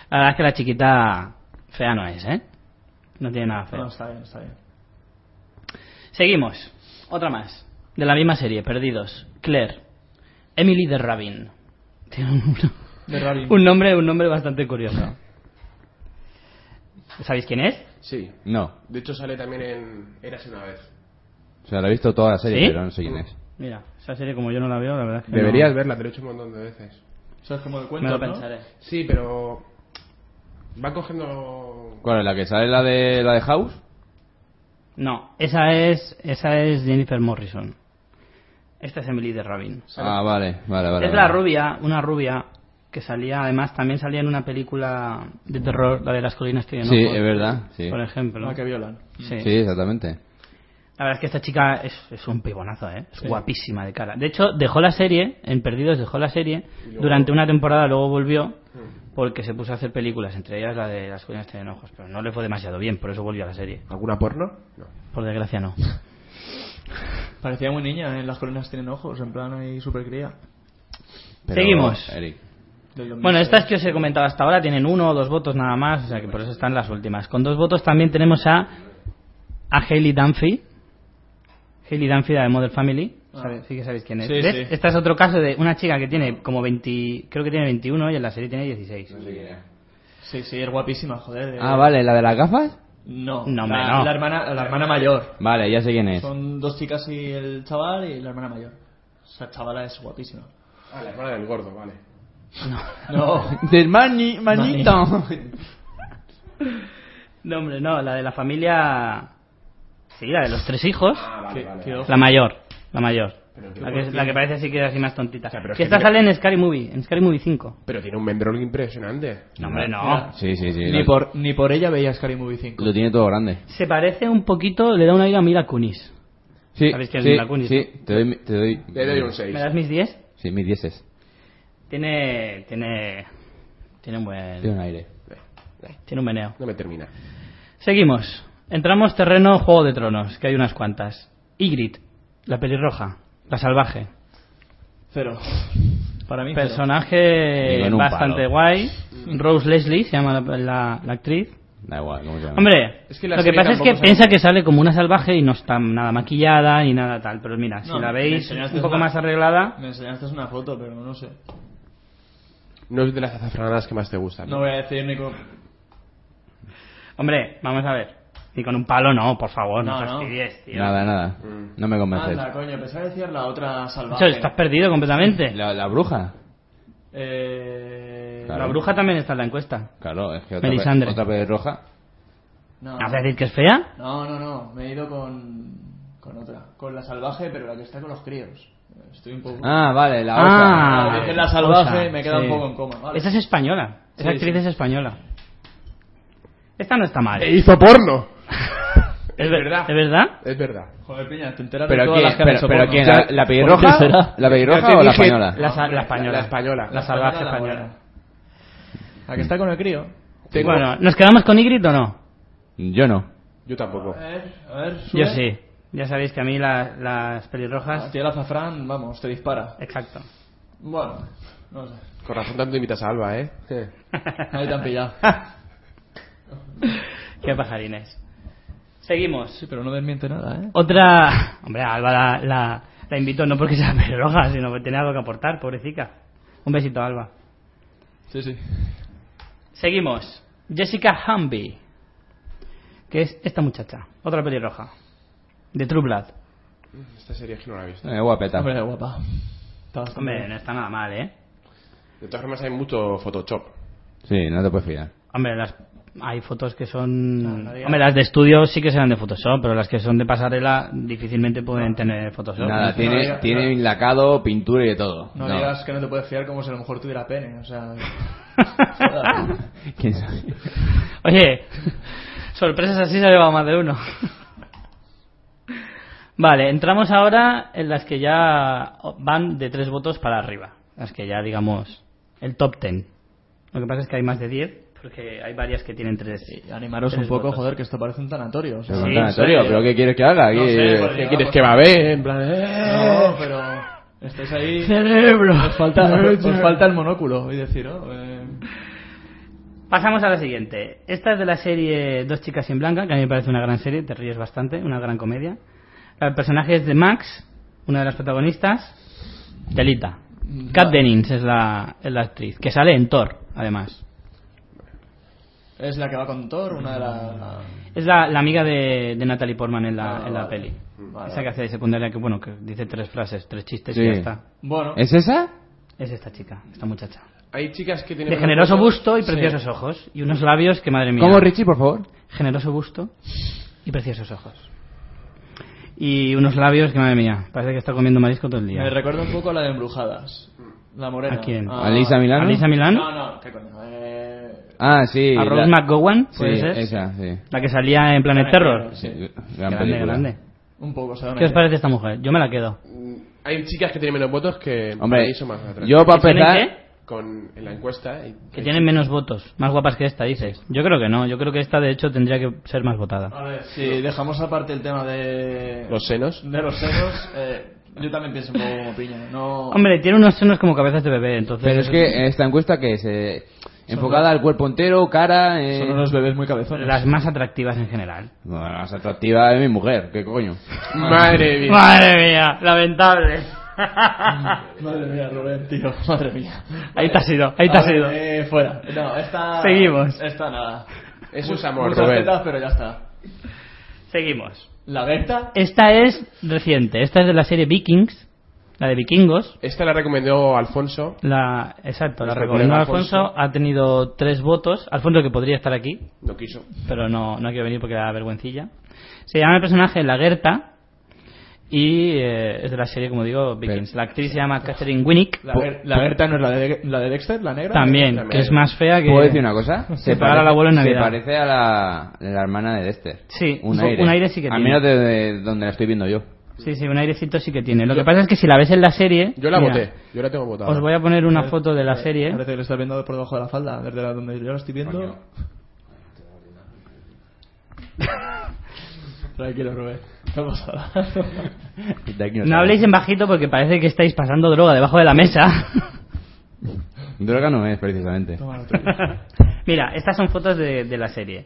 Speaker 1: La verdad es que la chiquita fea no es, ¿eh? No tiene nada feo.
Speaker 3: No, está bien, está bien.
Speaker 1: Seguimos. Otra más. De la misma serie, Perdidos. Claire. Emily de Rabin. Tiene un,
Speaker 3: De Rabin.
Speaker 1: un nombre, un nombre bastante curioso. ¿Sabéis quién es?
Speaker 2: Sí.
Speaker 4: No.
Speaker 2: De hecho, sale también en Érase una vez.
Speaker 4: O sea, la he visto toda la serie,
Speaker 1: ¿Sí?
Speaker 4: pero no sé quién es.
Speaker 1: Mira, esa serie como yo no la veo, la verdad es que no-
Speaker 2: Deberías verla, te lo he hecho un montón de veces.
Speaker 3: Eso es como de
Speaker 1: me
Speaker 3: cuentos,
Speaker 1: lo
Speaker 3: ¿no?
Speaker 1: pensaré.
Speaker 2: Sí, pero. Va cogiendo.
Speaker 4: ¿Cuál es la que sale la de la de House?
Speaker 1: No, esa es, esa es Jennifer Morrison. Esta es Emily de Rabin.
Speaker 4: Ah, vale, vale, vale.
Speaker 1: es la
Speaker 4: vale.
Speaker 1: rubia, una rubia que salía, además también salía en una película de terror, la de las colinas tienen
Speaker 4: Sí,
Speaker 1: ojos,
Speaker 4: es verdad, sí.
Speaker 1: por ejemplo.
Speaker 3: La que Ah, violan.
Speaker 1: Sí.
Speaker 4: Sí, exactamente.
Speaker 1: La verdad es que esta chica es, es un pibonazo, ¿eh? Es guapísima de cara. De hecho, dejó la serie, en Perdidos dejó la serie, durante una temporada luego volvió,
Speaker 2: Mm.
Speaker 1: porque se puso a hacer películas, entre ellas la de Las colinas tienen ojos, pero no le fue demasiado bien, por eso volvió a la serie.
Speaker 2: ¿Alguna porno? No.
Speaker 1: Por desgracia no.
Speaker 3: Parecía muy niña, ¿eh? en las colinas tienen ojos, en plan ahí super cría.
Speaker 4: Pero,
Speaker 1: Seguimos. Eh,
Speaker 4: Eric,
Speaker 1: Bueno, estas que os he comentado hasta ahora tienen uno o dos votos nada más, o sea que por eso están las últimas. Con dos votos también tenemos a, a Hayley Dunphy. Hayley Dunphy, la de Model Family.
Speaker 3: Ah.
Speaker 1: Sabe- Sí que sabéis quién es.
Speaker 3: Sí,
Speaker 1: ¿Ves?
Speaker 3: sí.
Speaker 1: Este es otro caso de una chica que tiene como 20, creo que tiene 21 y en la serie tiene 16.
Speaker 3: Sí, sí, es guapísima, joder. eh.
Speaker 4: Ah, vale, ¿la de las gafas?
Speaker 3: No,
Speaker 1: No, hombre,
Speaker 3: la,
Speaker 1: no.
Speaker 3: la hermana, la hermana mayor.
Speaker 4: Vale, ya sé quién es.
Speaker 3: Son dos chicas y el chaval y la hermana mayor. O sea, chavala es guapísima.
Speaker 2: Ah, la hermana del gordo, vale.
Speaker 3: No.
Speaker 4: Del mani, manito.
Speaker 1: No, hombre, no, la de la familia... Sí, la de los tres hijos.
Speaker 2: Ah, vale,
Speaker 3: Qué-
Speaker 2: vale.
Speaker 3: qué
Speaker 2: vale.
Speaker 3: ojo.
Speaker 1: La mayor, la mayor.
Speaker 2: Pero qué
Speaker 1: La que,
Speaker 2: bueno
Speaker 1: la que parece así que es así más tontita.
Speaker 2: sea, pero es
Speaker 1: que
Speaker 2: que
Speaker 1: esta
Speaker 2: mira-
Speaker 1: sale en Scary Movie, en Scary Movie 5.
Speaker 2: Pero tiene un mendrol impresionante.
Speaker 1: No, hombre, no.
Speaker 3: Mira.
Speaker 4: Sí, sí, sí.
Speaker 3: Ni
Speaker 4: lo-
Speaker 3: por, ni por ella veía Scary Movie 5.
Speaker 4: Lo tiene todo grande.
Speaker 1: Se parece un poquito, le da un aire a Mila Kunis.
Speaker 4: Sí,
Speaker 1: ¿Sabéis quién es
Speaker 4: sí,
Speaker 1: Mila Kunis,
Speaker 4: sí, te doy, mi- te doy...
Speaker 2: Le doy un 6.
Speaker 1: ¿Me das mis 10?
Speaker 4: Sí, mis dieces.
Speaker 1: Tiene. Tiene. Tiene un buen.
Speaker 4: Tiene un aire.
Speaker 1: Tiene un meneo.
Speaker 2: No me termina.
Speaker 1: Seguimos. Entramos terreno Juego de Tronos, que hay unas cuantas. Ygritte, la pelirroja, la salvaje.
Speaker 3: Cero. Para mí, cero.
Speaker 1: Personaje
Speaker 4: Digo, en un
Speaker 1: bastante
Speaker 4: palo.
Speaker 1: guay. Rose Leslie se llama la, la- la actriz.
Speaker 4: Da igual, ¿cómo se llama?
Speaker 1: Hombre,
Speaker 2: Es que la
Speaker 1: lo que
Speaker 2: serie
Speaker 1: pasa es que
Speaker 2: tampoco
Speaker 1: piensa
Speaker 2: sale-
Speaker 1: que sale como una salvaje y no está nada maquillada ni nada tal. Pero mira, si
Speaker 3: No,
Speaker 1: la
Speaker 3: me
Speaker 1: veis
Speaker 3: enseñaste
Speaker 1: un poco
Speaker 3: una-
Speaker 1: más arreglada,
Speaker 3: Me enseñaste una foto, pero no sé.
Speaker 2: No es de las azafranadas que más te gustan.
Speaker 3: No voy a decir ni con...
Speaker 1: hombre, vamos a ver. Y con un palo no, por favor, no,
Speaker 3: No, no.
Speaker 1: fastidies, tío.
Speaker 4: Nada, nada.
Speaker 2: Mm.
Speaker 4: No me convences.
Speaker 3: Anda, coño, pensaba decir la otra
Speaker 1: Nacho,
Speaker 3: salvaje.
Speaker 1: estás perdido completamente.
Speaker 4: La, la bruja.
Speaker 3: Eh...
Speaker 1: La bruja también está en la encuesta.
Speaker 4: Claro, es que otra vez,
Speaker 1: Melisandre.
Speaker 4: otra vez roja.
Speaker 3: No,
Speaker 1: ¿Vas a decir que es fea?
Speaker 3: No, no, no. Me he ido con, con otra. Con la salvaje, pero la que está con los críos. Estoy un poco.
Speaker 4: Ah, vale, la
Speaker 1: Ah,
Speaker 3: otra. Es la salvaje,
Speaker 1: otra,
Speaker 3: me he quedado
Speaker 1: sí.
Speaker 3: un poco en coma, vale.
Speaker 1: Esa es española. Esa
Speaker 3: Sí,
Speaker 1: actriz
Speaker 3: sí.
Speaker 1: es española. Esta no está mal.
Speaker 2: E hizo porno.
Speaker 1: Es ver- ¿Es verdad?
Speaker 2: Es verdad.
Speaker 3: Joder, Piña, te enteras de
Speaker 4: Pero
Speaker 3: todas
Speaker 4: quién,
Speaker 3: las que han
Speaker 4: pero,
Speaker 3: hecho
Speaker 4: pero
Speaker 3: porno.
Speaker 4: quién,
Speaker 3: O sea,
Speaker 4: la, la pelirroja,
Speaker 3: ¿por qué será?
Speaker 4: la pelirroja
Speaker 2: Ya te
Speaker 4: o la
Speaker 2: dije-
Speaker 4: española.
Speaker 1: La, sa-
Speaker 3: hombre,
Speaker 1: la española.
Speaker 2: la española.
Speaker 1: La salvaje
Speaker 3: la
Speaker 1: española.
Speaker 3: buena. La que está con el crío.
Speaker 2: Tengo-
Speaker 1: Bueno, ¿nos quedamos con Ygritte o no?
Speaker 4: Yo no.
Speaker 2: Yo tampoco.
Speaker 3: A ver, a ver, sube.
Speaker 1: Yo sí. Ya sabéis que a mí la- las pelirrojas...
Speaker 3: Ah, tío, el azafrán, vamos, te dispara.
Speaker 1: Exacto.
Speaker 3: Bueno, no sé.
Speaker 2: Con razón tanto imitas a Alba, ¿eh? Je.
Speaker 3: Ahí te han pillado.
Speaker 1: Qué pajarines. Seguimos.
Speaker 3: Sí, pero no desmiente nada, ¿eh?
Speaker 1: Otra... Hombre, a Alba la, la, la invito no porque sea pelirroja, sino porque tiene algo que aportar, pobrecita. Un besito, Alba.
Speaker 3: Sí, sí.
Speaker 1: Seguimos. Jessica Humby, que es esta muchacha, otra pelirroja, de True Blood.
Speaker 2: Esta serie es que no la he visto.
Speaker 4: Eh, guapeta.
Speaker 3: Hombre, guapa. Está bastante
Speaker 1: Hombre,
Speaker 3: bien.
Speaker 1: no está nada mal, ¿eh?
Speaker 2: De todas formas hay mucho Photoshop.
Speaker 4: Sí, no te puedes fiar.
Speaker 1: Hombre, las... hay fotos que son...
Speaker 3: No, no digas.
Speaker 1: Hombre, las de estudio sí que serán de Photoshop, pero las que son de pasarela difícilmente pueden tener Photoshop.
Speaker 4: Nada,
Speaker 3: no,
Speaker 4: tiene,
Speaker 3: no, no.
Speaker 4: tiene lacado, pintura y de todo.
Speaker 3: No,
Speaker 4: No.
Speaker 3: digas que no te puedes fiar como si a lo mejor tuviera pene, o sea...
Speaker 4: Ah. ¿Quién sabe?
Speaker 1: Oye, sorpresas así se ha llevado más de uno. Vale, entramos ahora en las que ya van de tres votos para arriba. Las que ya, digamos, el top ten. Lo que pasa es que hay más de diez, porque hay varias que tienen tres.
Speaker 3: Y animaros
Speaker 1: tres
Speaker 3: un poco,
Speaker 1: votos.
Speaker 3: joder, que esto parece un tanatorio. o sea.
Speaker 4: Pero
Speaker 1: Sí,
Speaker 4: contad,
Speaker 1: sí.
Speaker 4: Antonio, ¿pero qué quieres que haga?
Speaker 3: No
Speaker 4: ¿Qué-
Speaker 3: sé, porque-
Speaker 2: ¿Qué quieres que va a ver? En plan, ¡eh!
Speaker 3: No, pero... Estáis ahí...
Speaker 1: ¡Cerebro!
Speaker 3: Os falta, os falta el monóculo, y decir, ¿no? Eh,
Speaker 1: Pasamos a la siguiente. Esta es de la serie Dos chicas en blanca, que a mí me parece una gran serie, te ríes bastante, una gran comedia. El personaje es de Max, una de las protagonistas, Telita.
Speaker 3: Mm.
Speaker 1: Kat Dennings es la, es la actriz, que sale en Thor, además.
Speaker 3: es la que va con Thor, una de las...
Speaker 1: Es la, la amiga de, de Natalie Portman en la,
Speaker 3: Ah,
Speaker 1: en la
Speaker 3: vale.
Speaker 1: peli.
Speaker 3: Vale.
Speaker 1: Esa que hace de secundaria, que bueno, que dice tres frases, tres chistes
Speaker 4: Sí.
Speaker 1: y ya está.
Speaker 3: Bueno,
Speaker 4: ¿Es esa?
Speaker 1: Es esta chica, esta muchacha.
Speaker 2: Hay chicas que tienen...
Speaker 1: De generoso busto y preciosos ojos. Y unos labios que, madre mía.
Speaker 4: ¿Cómo, Richie, por favor?
Speaker 1: generoso gusto y preciosos ojos. Y unos labios que, madre mía, parece que está comiendo marisco todo el día.
Speaker 3: me recuerda un poco a la de Embrujadas. La morena. Ah.
Speaker 1: ¿A quién?
Speaker 4: ¿A Lisa Milano?
Speaker 1: ¿Alisa Milán?
Speaker 3: No, no, qué coño. Eh...
Speaker 4: Ah, sí.
Speaker 1: ¿A Rose
Speaker 4: la-
Speaker 1: McGowan?
Speaker 4: Sí,
Speaker 1: ¿Puede ser?
Speaker 4: esa, sí.
Speaker 1: La que salía en Planet
Speaker 3: Planet
Speaker 1: Terror.
Speaker 3: Terror.
Speaker 4: Sí, gran
Speaker 1: Grande,
Speaker 4: película.
Speaker 1: grande.
Speaker 3: Un poco, se da una
Speaker 1: ¿Qué os
Speaker 3: idea.
Speaker 1: parece esta mujer? Yo me la quedo.
Speaker 2: Hay chicas que tienen menos votos que...
Speaker 4: Hombre,
Speaker 2: ahí son más atrás.
Speaker 4: yo para
Speaker 1: ¿Tienen
Speaker 4: empezar...
Speaker 1: qué?
Speaker 2: Con... En la encuesta... eh, hay-
Speaker 1: Que
Speaker 2: hay
Speaker 1: tienen menos votos. Más guapas que esta, dices. Yo creo que no. Yo creo que esta, de hecho, tendría que ser más
Speaker 3: A
Speaker 1: votada.
Speaker 3: ver, si dejamos aparte el tema de...
Speaker 2: Los senos.
Speaker 3: De los senos, eh, yo también pienso un poco como piña. ¿eh? No...
Speaker 1: Hombre, tiene unos senos como cabezas de bebé, entonces...
Speaker 4: Pero es que esta encuesta que es... eh, enfocada al cuerpo entero, cara... eh,
Speaker 3: Son unos bebés muy cabezones.
Speaker 1: Las más atractivas en general.
Speaker 4: No, la más atractiva es mi mujer, ¿qué coño?
Speaker 2: Madre mía.
Speaker 1: ¡Madre mía! ¡Lamentable!
Speaker 3: Madre mía, Rubén, tío. Madre mía.
Speaker 1: Ahí te has ido, ahí te
Speaker 3: A
Speaker 1: has
Speaker 3: ver,
Speaker 1: ido.
Speaker 3: Eh, fuera. No, esta...
Speaker 1: Seguimos.
Speaker 3: Esta nada.
Speaker 2: Eso
Speaker 3: Mu-
Speaker 2: es amor,
Speaker 3: Muchas
Speaker 2: Rubén.
Speaker 3: tetas, pero ya está.
Speaker 1: Seguimos.
Speaker 3: La Berta...
Speaker 1: Esta es reciente. Esta es de la serie Vikings, la de vikingos.
Speaker 2: Esta la recomendó Alfonso.
Speaker 1: La, exacto, la
Speaker 2: Nuestro
Speaker 1: recomendó
Speaker 2: colega
Speaker 1: Alfonso.
Speaker 2: Alfonso.
Speaker 1: Ha tenido tres votos. Alfonso que podría estar aquí,
Speaker 2: No quiso.
Speaker 1: pero no, no quiero venir porque da vergüencilla. Se llama el personaje La Gerta y eh, es de la serie, como digo, Vikings.
Speaker 4: Pero-
Speaker 1: la actriz se llama Catherine Winnick.
Speaker 3: La, Ber- la Berta no es la de, la de Dexter, la negra.
Speaker 1: También, que es más fea que...
Speaker 4: ¿Puedo decir una cosa?
Speaker 1: Se para el abuelo en
Speaker 4: se
Speaker 1: Navidad.
Speaker 4: parece a la, la hermana de Dexter.
Speaker 1: Sí, un- un aire sí que
Speaker 4: Al
Speaker 1: tiene.
Speaker 4: menos de, de donde la estoy viendo yo.
Speaker 1: Sí, sí, un airecito sí que tiene. Lo que pasa es que si la ves en la serie...
Speaker 2: Yo la
Speaker 1: mira,
Speaker 2: voté. Yo la tengo votada.
Speaker 1: Os voy a poner una foto de la serie.
Speaker 3: Parece que lo estás viendo por debajo de la falda, desde la- donde yo lo estoy viendo.
Speaker 4: Coño.
Speaker 3: Tranquilo, Rubén. No pasa nada.
Speaker 4: De aquí
Speaker 1: No habléis en bajito porque parece que estáis pasando droga debajo de la mesa.
Speaker 4: sale. Droga no es, precisamente.
Speaker 3: Toma la tuya.
Speaker 1: Mira, estas son fotos de, de la serie.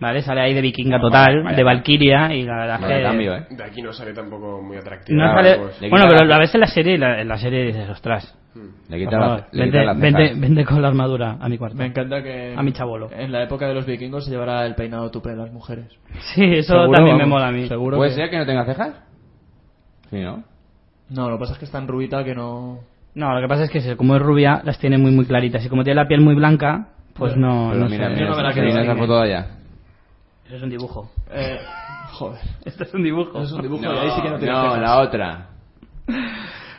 Speaker 1: Vale, sale ahí de vikinga total, de Valkyria y la verdad
Speaker 4: Ah, Vale,
Speaker 1: que-
Speaker 4: cambio, ¿eh?
Speaker 2: De aquí no sale tampoco muy atractiva.
Speaker 1: No
Speaker 4: Ah,
Speaker 1: sale-
Speaker 4: pues, le
Speaker 1: bueno,
Speaker 4: quita
Speaker 1: pero
Speaker 4: la-
Speaker 1: la ves en la serie y la- en la serie dices, ostras.
Speaker 4: Le
Speaker 1: por
Speaker 4: quita, la-
Speaker 1: favor,
Speaker 4: le quita
Speaker 1: vente,
Speaker 4: las
Speaker 1: vente,
Speaker 4: cejas.
Speaker 1: vente con la armadura a mi cuarto.
Speaker 3: Me encanta que.
Speaker 1: A mi chabolo.
Speaker 3: En la época de los vikingos se llevará el peinado tupé de las mujeres.
Speaker 1: Sí, eso
Speaker 3: Seguro,
Speaker 1: también me
Speaker 3: vamos,
Speaker 1: mola a mí.
Speaker 3: Seguro.
Speaker 4: ¿Puede
Speaker 3: que-
Speaker 4: ser que no tenga cejas? Sí, ¿no?
Speaker 3: No, lo que pasa es que es tan rubita que no.
Speaker 1: No, lo que pasa es que se- como es rubia, las tiene muy muy claritas. Y como tiene la piel muy blanca, pues no.
Speaker 4: Pero
Speaker 1: no
Speaker 4: mira,
Speaker 1: se-
Speaker 4: mira, mira esa foto de allá.
Speaker 1: Eso es un dibujo.
Speaker 3: Eh, joder.
Speaker 1: Esto es un dibujo.
Speaker 3: Eso es un dibujo y ahí sí que no tiene
Speaker 4: No,
Speaker 3: cejas.
Speaker 4: la otra.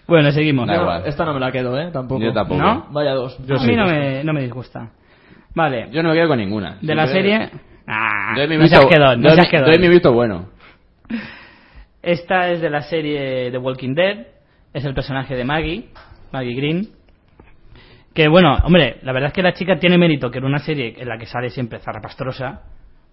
Speaker 1: Bueno, seguimos.
Speaker 4: Da
Speaker 3: Yo-
Speaker 4: igual.
Speaker 3: Esta no me la quedo, ¿eh? Tampoco.
Speaker 4: Yo tampoco.
Speaker 1: ¿No?
Speaker 3: Vaya dos.
Speaker 1: a mí no me, no me disgusta. Vale,
Speaker 4: Yo no me quedo con ninguna.
Speaker 1: de la serie. Ah,
Speaker 4: Doy mi
Speaker 1: no
Speaker 4: visto-
Speaker 1: seas quedón, no
Speaker 4: doy
Speaker 1: seas
Speaker 4: mi-
Speaker 1: quedón.
Speaker 4: Doy mi visto bueno.
Speaker 1: Esta es de la serie The Walking Dead. Es el personaje de Maggie, Maggie Green. Que bueno, hombre, la verdad es que la chica tiene mérito que en una serie en la que sale siempre zarrapastrosa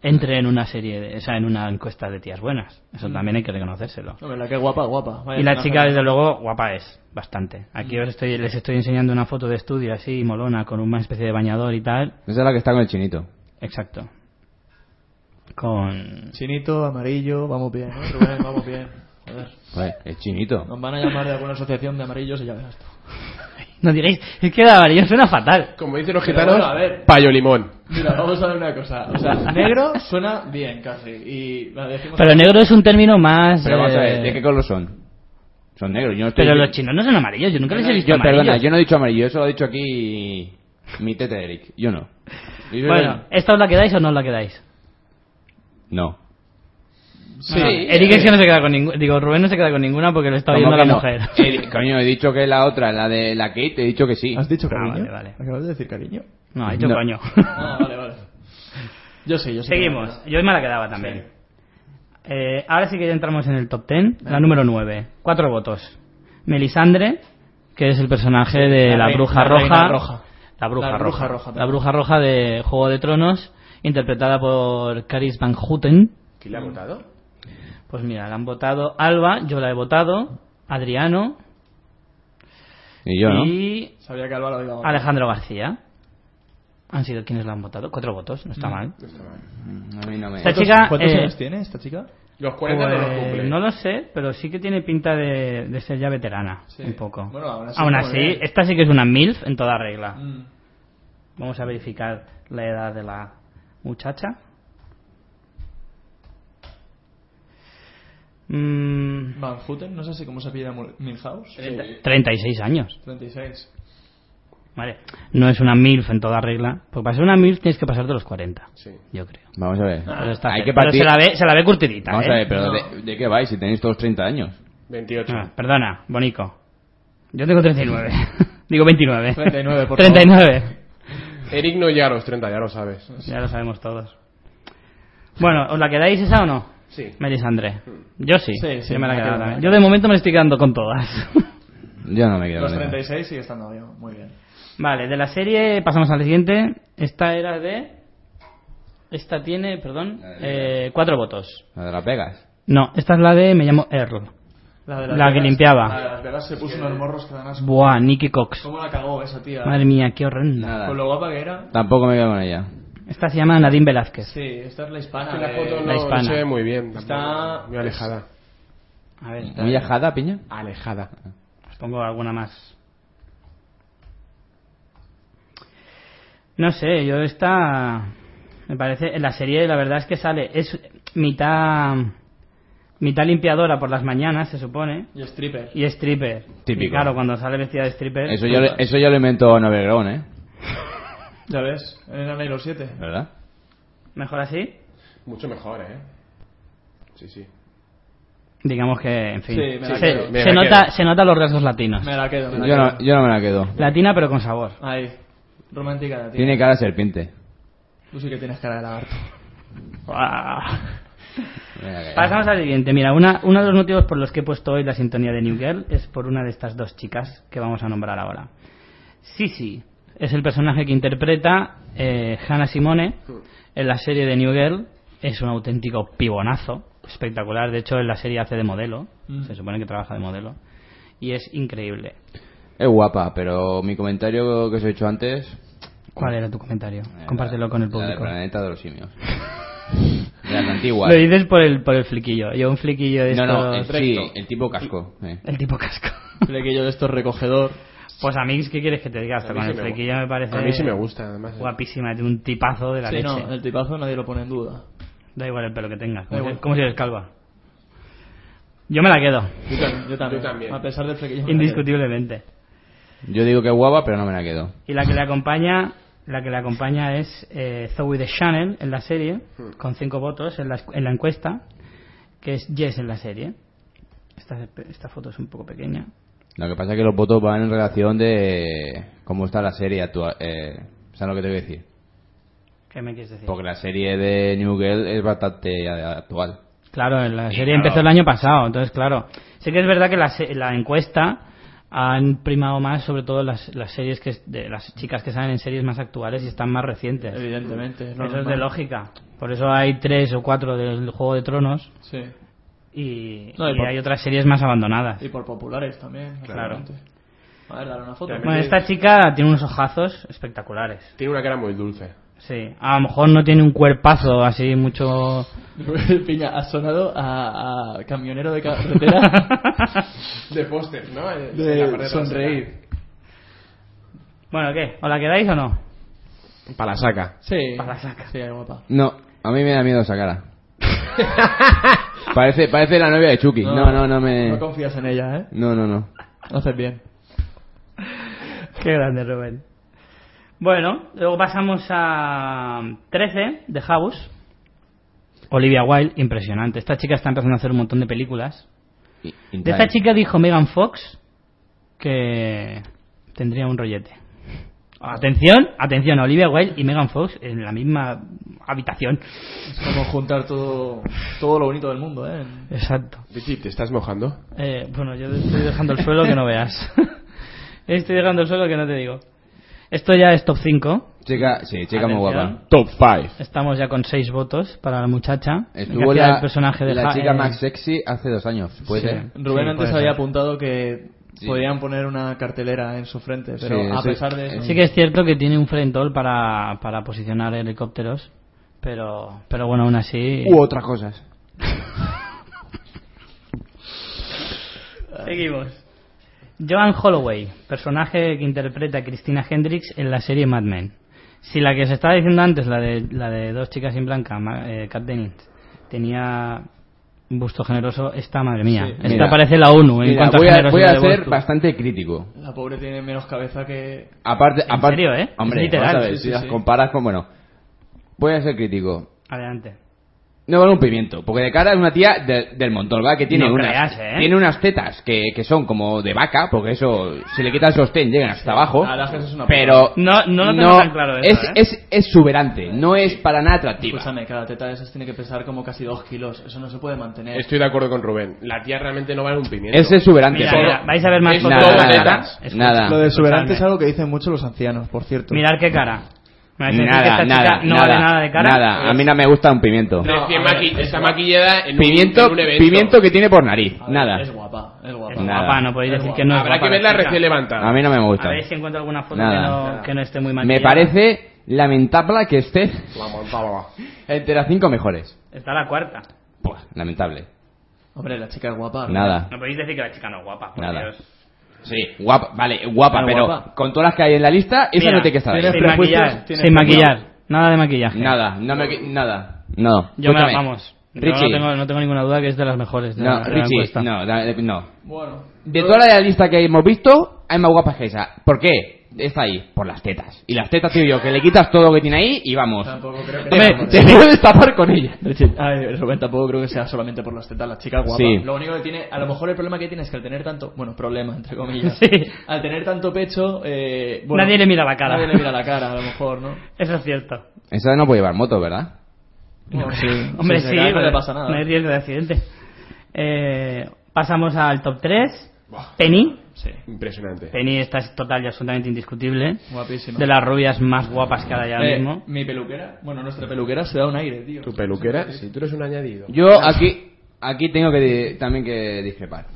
Speaker 1: entre en una serie, de- o sea, en una encuesta de tías buenas. Eso
Speaker 4: Mm.
Speaker 1: también hay que reconocérselo.
Speaker 3: Hombre, la que guapa, guapa. Vaya
Speaker 1: Y la
Speaker 3: cenaza.
Speaker 1: chica, desde luego, guapa es, bastante. Aquí
Speaker 4: Mm.
Speaker 1: os estoy, les estoy enseñando una foto de estudio así, molona, con una especie de bañador y tal.
Speaker 4: Esa es la que está con el chinito.
Speaker 1: Exacto. Con...
Speaker 3: Chinito, amarillo, vamos bien, ¿no? Rubén, vamos bien. Joder.
Speaker 4: Joder, el chinito.
Speaker 3: Nos van a llamar de alguna asociación de amarillos y ya verás tú.
Speaker 1: No diréis, es que la amarillo suena fatal.
Speaker 2: Como dicen los
Speaker 3: Pero
Speaker 2: gitanos,
Speaker 3: bueno, a ver.
Speaker 2: payo limón.
Speaker 3: Mira, vamos a ver una cosa. O sea, negro suena bien casi. Y la decimos.
Speaker 1: Pero negro es un término más...
Speaker 4: Pero vamos a ver,
Speaker 1: eh,
Speaker 4: ¿de qué color son? Son negros, yo no estoy...
Speaker 1: Pero los chinos no son amarillos, yo nunca les he visto
Speaker 4: Yo, perdona,
Speaker 1: amarillos.
Speaker 4: yo no he dicho amarillo, eso lo ha dicho aquí mi tete Eric. Yo no. Yo-
Speaker 1: Bueno, ¿esta os la quedáis o no os la quedáis?
Speaker 4: No.
Speaker 3: Sí.
Speaker 1: No, Eric es que no se queda con ninguna, digo, Rubén no se queda con ninguna porque le está
Speaker 4: ¿Cómo
Speaker 1: viendo a
Speaker 4: que
Speaker 1: la
Speaker 4: no?
Speaker 1: mujer.
Speaker 4: Eric, coño, he dicho que la otra, la de la Kate, he dicho que sí.
Speaker 3: ¿Has dicho
Speaker 1: Ah,
Speaker 3: cariño?
Speaker 1: vale, vale.
Speaker 3: ¿Acabas de decir cariño?
Speaker 1: No, ha dicho
Speaker 4: No.
Speaker 1: coño.
Speaker 3: Ah, vale, vale. Yo sí, yo sí.
Speaker 1: Seguimos. Yo me la quedaba también. Eh, ahora sí que ya entramos en el top 10. La número 9. Cuatro votos. Melisandre, que es el personaje de
Speaker 3: la
Speaker 1: la,
Speaker 3: reina-
Speaker 1: bruja
Speaker 3: la
Speaker 1: roja,
Speaker 3: reina roja.
Speaker 1: La bruja
Speaker 3: La
Speaker 1: roja.
Speaker 3: bruja roja,
Speaker 1: La bruja roja de Juego de Tronos, interpretada por Caris Van Houten.
Speaker 2: ¿Quién le ha votado?
Speaker 1: Pues mira, la han votado Alba, yo la he votado, Adriano
Speaker 4: Y yo, ¿no?
Speaker 1: y
Speaker 3: Sabía que Alba lo
Speaker 1: Ah,
Speaker 3: iba a votar.
Speaker 1: Alejandro García. Han sido quienes la han votado. Cuatro votos, no está
Speaker 3: Mm.
Speaker 1: mal.
Speaker 4: A mí no me...
Speaker 1: Esta
Speaker 3: ¿Cuántos-
Speaker 1: chica,
Speaker 3: ¿Cuántos
Speaker 1: eh,
Speaker 3: años tiene esta chica?
Speaker 2: Los 40 no los
Speaker 1: Pues,
Speaker 2: cumple.
Speaker 1: no lo sé, pero sí que tiene pinta de, de ser ya veterana,
Speaker 3: Sí.
Speaker 1: un poco.
Speaker 3: Bueno, aún así,
Speaker 1: Aún
Speaker 3: muy bien.
Speaker 1: esta sí que es una MILF en toda regla.
Speaker 3: Mm.
Speaker 1: Vamos a verificar la edad de la muchacha. Mm,
Speaker 3: Manhattan, no sé si cómo se pide Milhouse.
Speaker 1: Eh. 36 años.
Speaker 3: 36.
Speaker 1: Vale. No es una MILF en toda regla. Porque para ser una MILF tienes que pasar de los 40,
Speaker 2: Sí.
Speaker 1: yo creo.
Speaker 4: Vamos a ver.
Speaker 1: Pero, está
Speaker 4: Ah, Hay
Speaker 1: fe-
Speaker 4: que
Speaker 1: pero
Speaker 4: partir...
Speaker 1: se la ve, se la ve curtidita.
Speaker 4: Vamos
Speaker 1: Ah, ¿eh?
Speaker 4: a ver, pero ¿de, de qué vais si tenéis todos 30 años?
Speaker 2: 28.
Speaker 1: Ah, perdona, Bonico. Yo tengo 39. Digo 29.
Speaker 3: 39, por
Speaker 1: 39.
Speaker 2: Eric no llega a los 30, ya lo sabes.
Speaker 1: Ya lo sabemos todos. Bueno, ¿os la quedáis esa o no?
Speaker 2: Sí.
Speaker 1: Melisandre. Yo sí.
Speaker 3: Sí, sí,
Speaker 1: yo me la
Speaker 3: me
Speaker 1: quedaba
Speaker 3: la quedo,
Speaker 1: también.
Speaker 3: me la
Speaker 1: Yo de momento me estoy quedando con todas.
Speaker 4: Yo no me quedo
Speaker 3: Los
Speaker 4: con esa.
Speaker 3: 36 sigue estando bien. Muy bien.
Speaker 1: vale, de la serie pasamos al siguiente. Esta era de... Esta tiene, perdón, eh, cuatro votos.
Speaker 4: La de las Vegas.
Speaker 1: No, esta es la de Me llamo Earl.
Speaker 3: de
Speaker 1: La que limpiaba.
Speaker 3: La de las Vegas se puso unos morros que además.
Speaker 1: Buah, Nicky Cox.
Speaker 3: ¿Cómo la cagó esa tía? ¿eh?
Speaker 1: Madre mía, qué horrenda.
Speaker 4: Nada.
Speaker 3: Con lo guapa que era.
Speaker 4: Tampoco me quedo con ella.
Speaker 1: Esta se llama Nadine Velázquez.
Speaker 3: Sí, esta es la hispana.
Speaker 2: la
Speaker 3: de-
Speaker 2: foto
Speaker 1: la
Speaker 2: no,
Speaker 1: hispana.
Speaker 2: se ve muy bien.
Speaker 3: Está-
Speaker 2: Muy alejada.
Speaker 1: A ver, esta-
Speaker 4: ¿Muy ajada, piña?
Speaker 2: Alejada.
Speaker 1: Os pongo alguna más. No sé, yo esta. Me parece. En la serie, la verdad es que sale. Es mitad. Mitad limpiadora por las mañanas, se supone.
Speaker 3: Y stripper.
Speaker 1: Y stripper.
Speaker 4: Típico.
Speaker 1: Y claro, cuando sale vestida de stripper. pues,
Speaker 4: Eso yo, le- eso yo lo inventó Novel Ground, ¿eh?
Speaker 3: Ya ves, eran ahí los 7.
Speaker 4: ¿Verdad?
Speaker 1: Mejor así.
Speaker 2: Mucho mejor, ¿eh? Sí, sí.
Speaker 1: Digamos que, en fin.
Speaker 3: Sí, me la
Speaker 1: se,
Speaker 3: quedo.
Speaker 1: se
Speaker 2: Me la
Speaker 1: nota,
Speaker 2: quedo.
Speaker 1: se nota los rasgos latinos.
Speaker 3: Me la quedo, me la
Speaker 4: Ah. Yo
Speaker 3: quedo.
Speaker 4: no, yo no me la quedo.
Speaker 1: Latina, pero con sabor.
Speaker 3: Ahí. Romántica la tía.
Speaker 4: Tiene cara de serpiente.
Speaker 3: Tú sí que tienes cara de lagarto.
Speaker 1: Pasamos al siguiente. Mira, una, uno de los motivos por los que he puesto hoy la sintonía de New Girl es por una de estas dos chicas que vamos a nombrar ahora. Sisi es el personaje que interpreta eh, Hannah Simone en la serie de New Girl. Es un auténtico pibonazo, espectacular. De hecho, en la serie hace de modelo.
Speaker 3: Mm.
Speaker 1: Se supone que trabaja de modelo. Y es increíble.
Speaker 4: Es guapa, pero mi comentario que os he hecho antes...
Speaker 1: ¿Cuál era tu comentario?
Speaker 4: eh,
Speaker 1: Compártelo con el
Speaker 4: la del
Speaker 1: público.
Speaker 4: planeta de los simios. De las antiguas.
Speaker 1: Lo dices por el, por el fliquillo. Yo un fliquillo de
Speaker 4: No, no, el,
Speaker 1: estos-
Speaker 4: sí, el tipo casco. eh.
Speaker 1: el tipo casco.
Speaker 3: Flequillo de estos recogedor.
Speaker 1: Pues a mí, ¿qué quieres que te diga? Hasta
Speaker 2: A mí
Speaker 1: con
Speaker 2: sí
Speaker 1: el
Speaker 2: me
Speaker 1: flequillo me parece.
Speaker 2: A mí sí me gusta, además.
Speaker 1: Guapísima, de un tipazo de la
Speaker 3: Sí,
Speaker 1: leche.
Speaker 3: no, el tipazo nadie lo pone en duda.
Speaker 1: Da igual el pelo que tengas. Como,
Speaker 3: igual.
Speaker 1: si, como si eres calva. Yo me la quedo,
Speaker 3: Yo también.
Speaker 2: Yo también.
Speaker 3: A pesar del flequillo.
Speaker 1: indiscutiblemente.
Speaker 4: Yo digo que guava, pero no me la quedo.
Speaker 1: Y la que le acompaña, la que le acompaña es eh, Zoe de Chanel en la serie,
Speaker 2: Hmm.
Speaker 1: con cinco votos en la, en la encuesta, que es Jess en la serie. Esta, esta foto es un poco pequeña.
Speaker 4: Lo que pasa es que los votos van en relación de cómo está la serie actual. Eh, ¿Sabes lo que te voy a decir?
Speaker 1: ¿Qué me quieres decir?
Speaker 4: Porque la serie de New Girl es bastante a- actual.
Speaker 1: Claro, la
Speaker 4: Y
Speaker 1: serie
Speaker 4: claro.
Speaker 1: empezó el año pasado, entonces claro. Sí que es verdad que la, se- la encuesta han primado más sobre todo las, las series que es- de las chicas que salen en series más actuales y están más recientes.
Speaker 3: Evidentemente, es
Speaker 1: Eso es
Speaker 3: normal.
Speaker 1: de lógica. Por eso hay tres o cuatro del Juego de Tronos
Speaker 3: Sí.
Speaker 1: y,
Speaker 3: No, y
Speaker 1: y
Speaker 3: por-
Speaker 1: hay otras series más abandonadas.
Speaker 3: Y por populares también,
Speaker 1: Claro.
Speaker 3: claramente. A ver, dale una foto.
Speaker 1: Bueno, esta chica tiene unos ojazos espectaculares.
Speaker 2: Tiene una cara muy dulce.
Speaker 1: Sí, a lo mejor no tiene un cuerpazo así mucho...
Speaker 3: Piña, ha sonado a, a camionero de carretera
Speaker 2: De póster, ¿no? Eh, en la
Speaker 3: de
Speaker 2: parte
Speaker 3: sonreír.
Speaker 1: Bueno, ¿qué? ¿Os la quedáis o no?
Speaker 2: trasera. Para la saca.
Speaker 3: Sí,
Speaker 1: Para la saca.
Speaker 3: sí, guapa.
Speaker 4: No, a mí me da miedo esa cara. parece, parece la novia de Chucky. No, no, no, me.
Speaker 3: No confías en ella, ¿eh?
Speaker 4: No, no, no.
Speaker 3: No haces bien.
Speaker 1: Qué grande, Rubén. Bueno, luego pasamos a 13 de House. Olivia Wilde, impresionante. Esta chica está empezando a hacer un montón de películas.
Speaker 4: Y-
Speaker 1: De esta chica dijo Megan Fox que tendría un rollete. Atención, atención, Olivia Wilde y Megan Fox en la misma habitación.
Speaker 3: Es como juntar todo, todo lo bonito del mundo, ¿eh?
Speaker 1: Exacto.
Speaker 2: Richie, ¿te estás mojando?
Speaker 1: Eh, bueno, yo estoy dejando el suelo que no veas. estoy dejando el suelo que no te digo. Esto ya es top 5.
Speaker 4: Chica, sí, chica muy
Speaker 1: Atención.
Speaker 4: guapa.
Speaker 2: Top 5.
Speaker 1: Estamos ya con seis votos para la muchacha.
Speaker 4: Estuvo
Speaker 1: que hacía
Speaker 4: la,
Speaker 1: el personaje de
Speaker 4: la
Speaker 1: Ja-
Speaker 4: chica
Speaker 1: eh,
Speaker 4: más sexy hace dos años. ¿Puede
Speaker 1: Sí.
Speaker 4: ser?
Speaker 3: Rubén
Speaker 1: Sí,
Speaker 3: antes
Speaker 1: puede
Speaker 3: había
Speaker 1: ser.
Speaker 3: apuntado que
Speaker 4: Sí.
Speaker 3: podían poner una cartelera en su frente, pero
Speaker 4: Sí,
Speaker 3: a
Speaker 4: sí.
Speaker 3: pesar de eso...
Speaker 1: Sí que es cierto que tiene un frentol para, para posicionar helicópteros, pero, pero bueno, aún así...
Speaker 4: U otras cosas.
Speaker 1: Seguimos. Joan Holloway, personaje que interpreta a Christina Hendricks en la serie Mad Men. Si la que se estaba diciendo antes, la de, la de Dos chicas en blanca, Ma- eh, Kat Dennings, tenía un busto generoso, esta, madre mía,
Speaker 3: Sí.
Speaker 1: esta
Speaker 4: Mira.
Speaker 1: parece la ONU en
Speaker 4: Mira,
Speaker 1: cuanto
Speaker 4: voy a,
Speaker 1: generosidad
Speaker 4: voy a
Speaker 1: de
Speaker 4: ser
Speaker 1: busto.
Speaker 4: bastante crítico.
Speaker 3: La pobre tiene menos cabeza que...
Speaker 4: Aparte,
Speaker 1: ¿En
Speaker 4: aparte,
Speaker 1: serio, eh?
Speaker 4: Hombre,
Speaker 1: Es literal.
Speaker 4: vamos a ver,
Speaker 3: Sí, sí,
Speaker 4: si las
Speaker 3: sí.
Speaker 4: comparas con. Bueno, voy a ser crítico.
Speaker 1: Adelante.
Speaker 4: No vale un pimiento, porque de cara es una tía de- del montón, ¿va? Que tiene,
Speaker 1: No
Speaker 4: unas,
Speaker 1: creas, ¿eh?
Speaker 4: tiene unas tetas que, que son como de vaca, porque eso, si le quitas el sostén, llegan hasta abajo.
Speaker 3: la verdad es que eso es una puta.
Speaker 4: Pero.
Speaker 1: No- no lo tengo tan claro eso,
Speaker 4: es,
Speaker 1: ¿eh?
Speaker 4: es exuberante, no es para nada atractiva.
Speaker 3: Escúchame, cada teta de esas tiene que pesar como casi dos kilos. Eso no se puede mantener.
Speaker 2: Estoy de acuerdo con Rubén. La tía realmente no vale un pimiento.
Speaker 4: Es exuberante.
Speaker 1: Mira,
Speaker 4: pero-
Speaker 1: mira, vais a ver más
Speaker 2: Es
Speaker 4: nada,
Speaker 1: fotos.
Speaker 2: todo
Speaker 4: nada,
Speaker 2: tetas.
Speaker 1: Escucha.
Speaker 4: nada.
Speaker 3: Lo de exuberante
Speaker 1: Escuchadme.
Speaker 3: es algo que dicen mucho los ancianos, por cierto.
Speaker 1: Mirad qué cara. Me vais a decir que
Speaker 4: Nada,
Speaker 1: esta
Speaker 4: nada,
Speaker 1: chica no vale nada de cara.
Speaker 4: nada. a mí no me gusta un pimiento.
Speaker 2: Recién maqui- está maquillada en un-
Speaker 4: Pimiento,
Speaker 2: en un evento.
Speaker 4: pimiento que tiene por nariz,
Speaker 3: A ver,
Speaker 4: nada.
Speaker 3: Es guapa, es guapa.
Speaker 1: Es
Speaker 4: Nada.
Speaker 1: guapa, no podéis decir que no es
Speaker 2: Habrá
Speaker 1: guapa
Speaker 2: que verla
Speaker 1: la chica.
Speaker 2: recién levantada.
Speaker 3: Ah.
Speaker 4: A mí no me
Speaker 1: A
Speaker 4: gusta.
Speaker 1: ver si encuentro alguna foto que
Speaker 4: Nada.
Speaker 1: no, que no esté muy maquillada.
Speaker 4: Me parece lamentable que esté
Speaker 2: La montaba.
Speaker 4: entre las cinco mejores.
Speaker 1: Está la cuarta.
Speaker 4: Buah, lamentable.
Speaker 3: Hombre, la chica es guapa. ¿no?
Speaker 4: Nada.
Speaker 1: No podéis decir que la chica no es guapa, por
Speaker 4: Nada.
Speaker 1: Dios.
Speaker 4: Sí, guapa, vale, guapa,
Speaker 3: Ah,
Speaker 4: pero
Speaker 3: guapa.
Speaker 4: con todas las que hay en la lista, esa
Speaker 1: Mira,
Speaker 4: no tiene que estar ahí.
Speaker 3: tienes
Speaker 1: Sin
Speaker 3: prejuicios,
Speaker 1: maquillar,
Speaker 3: tienes
Speaker 1: sin
Speaker 3: prejuicios.
Speaker 1: maquillar. Nada de maquillaje.
Speaker 4: Nada, no me qui- nada. No.
Speaker 1: Yo me la
Speaker 4: escúchame.
Speaker 1: vamos. Yo
Speaker 4: Richie.
Speaker 1: no, tengo, no tengo ninguna duda que es de las mejores. De
Speaker 4: No,
Speaker 1: la, de la
Speaker 4: Richie,
Speaker 1: encuesta.
Speaker 4: no, da- de- no.
Speaker 3: Bueno.
Speaker 4: De toda la lista que hemos visto, hay más guapas que esa. ¿Por qué? Está ahí, por las tetas. Y las tetas, tío, yo, que le quitas todo lo que tiene ahí y vamos.
Speaker 3: Tampoco creo que...
Speaker 4: Te, te puedes tapar con ella.
Speaker 3: Richie, ay, Rubén, tampoco creo que sea solamente por las tetas, la chica es guapa.
Speaker 4: Sí.
Speaker 3: Lo único que tiene, a lo mejor el problema que tiene es que al tener tanto, bueno, problema entre comillas,
Speaker 1: Sí.
Speaker 3: al tener tanto pecho, eh, bueno,
Speaker 1: Nadie le mira la cara.
Speaker 3: nadie le mira la cara, a lo mejor, ¿no?
Speaker 1: Eso es cierto.
Speaker 4: Esa no puede llevar moto, ¿verdad?
Speaker 3: Bueno, sí,
Speaker 1: Hombre,
Speaker 3: si
Speaker 1: sí,
Speaker 3: se cae, no
Speaker 1: pero
Speaker 3: le pasa nada.
Speaker 1: No hay riesgo de accidente. Eh, pasamos al top 3. Penny.
Speaker 3: Sí,
Speaker 2: Impresionante.
Speaker 1: Penny, esta es total y absolutamente indiscutible.
Speaker 3: guapísima.
Speaker 1: De las rubias más guapas que hay ahora
Speaker 3: Eh,
Speaker 1: mismo.
Speaker 3: Mi peluquera, bueno, nuestra peluquera se da un aire, tío.
Speaker 2: Tu peluquera, si tú eres un añadido.
Speaker 4: Yo aquí, aquí tengo que di- también que discrepar.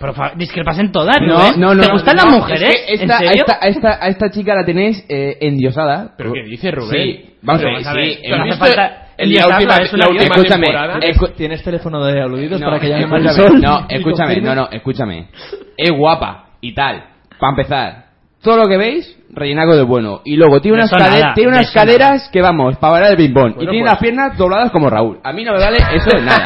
Speaker 1: Pero fa- discrepas en todas, ¿no?
Speaker 4: No,
Speaker 1: eh?
Speaker 4: no, no.
Speaker 1: ¿Te gustan
Speaker 4: no,
Speaker 1: las
Speaker 4: es
Speaker 1: mujeres?
Speaker 4: que esta,
Speaker 1: ¿En serio?
Speaker 4: A esta, a esta, a esta chica la tenéis eh, endiosada.
Speaker 2: ¿Pero qué dice Rubén?
Speaker 4: Sí, vamos
Speaker 2: Pero
Speaker 4: a ver,
Speaker 2: vamos a ver,
Speaker 4: sí,
Speaker 2: ¿tú
Speaker 4: hemos-
Speaker 2: has
Speaker 1: No hace
Speaker 2: visto
Speaker 1: falta
Speaker 2: el-
Speaker 1: endiosarla,
Speaker 2: la última,
Speaker 1: es una
Speaker 2: la última
Speaker 1: guión.
Speaker 4: Escúchame,
Speaker 2: temporada?
Speaker 4: escu-
Speaker 3: ¿Tienes teléfono de aludidos
Speaker 4: No,
Speaker 3: para que llame
Speaker 4: escúchame,
Speaker 3: Marisol?
Speaker 4: No,
Speaker 3: y
Speaker 4: escúchame,
Speaker 3: confirme?
Speaker 4: no, no, escúchame. Es guapa y tal, para empezar. Todo lo que veis, rellenado de bueno. Y luego tiene
Speaker 3: Me
Speaker 4: unas,
Speaker 3: suena
Speaker 4: cade-
Speaker 3: nada,
Speaker 4: tiene
Speaker 3: me
Speaker 4: unas
Speaker 3: suena
Speaker 4: caderas que vamos, para varar el bimbón. y
Speaker 3: Bueno,
Speaker 4: tiene
Speaker 3: pues.
Speaker 4: las piernas dobladas como Raúl. A mí no me vale eso de nada.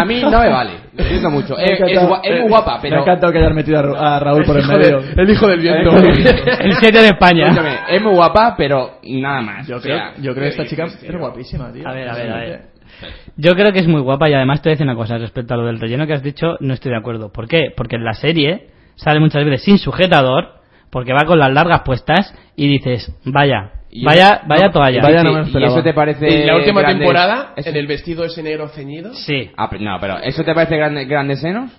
Speaker 4: A mí no me vale. Lo siento mucho.
Speaker 3: Me
Speaker 4: Es,
Speaker 3: ha
Speaker 4: es
Speaker 3: encantado-
Speaker 4: gua- es muy guapa,
Speaker 3: Me ha
Speaker 4: pero.
Speaker 3: encantado que hayas metido a, Ra- a Raúl por el
Speaker 4: Hijo de-
Speaker 3: medio.
Speaker 4: el hijo del viento.
Speaker 1: El 7 de España.
Speaker 4: Escúchame, es muy guapa, pero nada más.
Speaker 3: Yo
Speaker 4: O
Speaker 3: creo,
Speaker 4: sea, eh,
Speaker 3: yo creo que esta chica es guapísima, tío.
Speaker 1: A ver, a ver, a ver. Yo creo que es muy guapa y además te voy a decir una cosa respecto a lo del relleno que has dicho, no estoy de acuerdo. ¿Por qué? Porque en la serie sale muchas veces sin sujetador, porque va con las largas puestas y dices, vaya,
Speaker 4: Y
Speaker 1: vaya,
Speaker 4: yo-
Speaker 1: vaya
Speaker 4: no,
Speaker 1: toalla.
Speaker 4: y-
Speaker 3: Vaya, no me
Speaker 4: y-
Speaker 3: lo
Speaker 4: y
Speaker 3: esperaba.
Speaker 4: eso te parece.
Speaker 2: Y la última
Speaker 4: grandes-
Speaker 2: temporada,
Speaker 4: eso-
Speaker 2: en el vestido ese negro ceñido.
Speaker 1: Sí,
Speaker 4: Ah, pero- no, pero ¿eso te parece grande- grandes senos?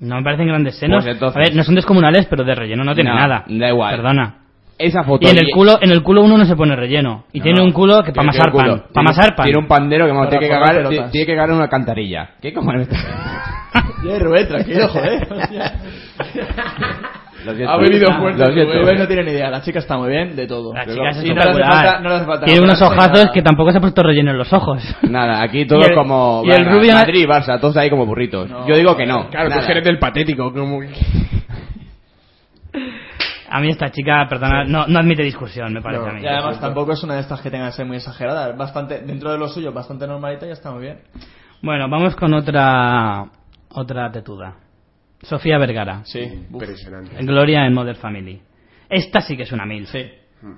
Speaker 1: no me parecen grandes senos.
Speaker 4: Pues entonces-
Speaker 1: A ver, no son descomunales, pero de relleno no tiene
Speaker 4: No,
Speaker 1: nada.
Speaker 4: da igual.
Speaker 1: Perdona.
Speaker 4: Esa foto.
Speaker 1: Y en el culo, en el culo uno no se pone relleno. Y
Speaker 4: No,
Speaker 1: tiene
Speaker 4: no.
Speaker 1: un culo que para
Speaker 4: Tiene-
Speaker 1: masar
Speaker 4: tiene un
Speaker 1: pan.
Speaker 4: culo.
Speaker 1: Para
Speaker 4: Tiene-
Speaker 1: masar pan.
Speaker 4: Tiene un pandero que vamos,
Speaker 3: Para
Speaker 4: tiene que
Speaker 3: jugar
Speaker 4: cagar,
Speaker 3: pelotas.
Speaker 4: ti- tiene que cagar en una alcantarilla. ¿Qué como eres?
Speaker 3: Ya, Rubén, tranquilo, joder.
Speaker 4: Lo siento.
Speaker 2: Ha venido fuerte,
Speaker 4: Lo siento.
Speaker 3: Rubén no tiene ni idea, la chica está muy bien de todo.
Speaker 1: La chica es
Speaker 3: Y no le hace
Speaker 1: espectacular.
Speaker 3: falta- no le hace falta
Speaker 1: tiene unos
Speaker 3: operarse,
Speaker 1: ojazos
Speaker 3: nada.
Speaker 1: que tampoco se ha puesto relleno en los ojos.
Speaker 4: Nada, aquí todos
Speaker 1: Y el-
Speaker 4: como
Speaker 1: y el
Speaker 4: Barça,
Speaker 1: rubio-
Speaker 4: Madrid, Barça, todos ahí como burritos.
Speaker 3: No.
Speaker 4: Yo digo que no.
Speaker 2: Claro, tú
Speaker 4: nada.
Speaker 2: eres del patético. Como...
Speaker 1: A mí esta chica, perdona, no, no admite discusión, me parece
Speaker 2: No,
Speaker 1: a mí.
Speaker 3: Y además tampoco es una de estas que tenga que ser muy exagerada, es bastante, dentro de lo suyo, bastante normalita y está muy bien.
Speaker 1: Bueno, vamos con otra otra tetuda. Sofía Vergara.
Speaker 3: Sí.
Speaker 2: Impresionante.
Speaker 1: Gloria en Mother Family. Esta sí que es una milf.
Speaker 3: Sí.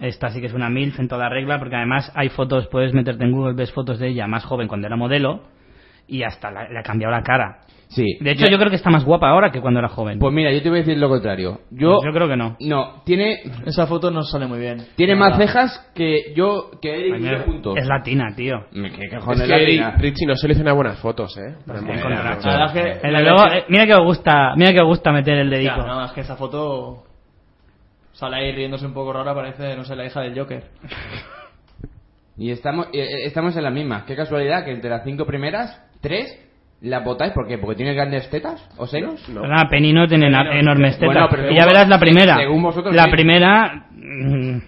Speaker 1: Esta sí que es una milf en toda regla, porque además hay fotos, puedes meterte en Google, ves fotos de ella más joven cuando era modelo y hasta la- le ha cambiado la cara.
Speaker 4: Sí.
Speaker 1: De hecho, yo creo que está más guapa ahora que cuando era joven.
Speaker 4: Pues mira, yo te voy a decir lo contrario.
Speaker 2: Pues
Speaker 4: Yo,
Speaker 1: Yo creo que no.
Speaker 4: no, tiene,
Speaker 3: Esa foto no sale muy bien.
Speaker 4: tiene
Speaker 3: Nada.
Speaker 4: más cejas que yo, que Eric y yo juntos.
Speaker 1: Es latina, tío.
Speaker 4: Me- ¿Qué
Speaker 2: Es
Speaker 4: cojones Pues
Speaker 2: que
Speaker 4: latina?
Speaker 2: Ri- Richie no selecciona buenas fotos, ¿eh? Para
Speaker 1: Tiene
Speaker 2: empezar.
Speaker 1: contraste.
Speaker 3: La verdad es que-
Speaker 1: El de luego, eh, mira que os gusta, mira que os gusta meter el
Speaker 3: Ya,
Speaker 1: dedico.
Speaker 3: nada más que esa foto sale ahí riéndose un poco rara, parece, no sé, la hija del Joker.
Speaker 4: Y estamos, eh, eh, estamos en las mismas. Qué casualidad que entre las cinco primeras, tres las votáis ¿por qué? porque tiene grandes tetas o senos.
Speaker 2: No.
Speaker 1: Perdona, Penino tiene ena- enormes tetas.
Speaker 4: Bueno, pero
Speaker 1: y ya
Speaker 4: según-
Speaker 1: verás la primera.
Speaker 4: según vosotros,
Speaker 1: la
Speaker 4: sí.
Speaker 1: primera. mm,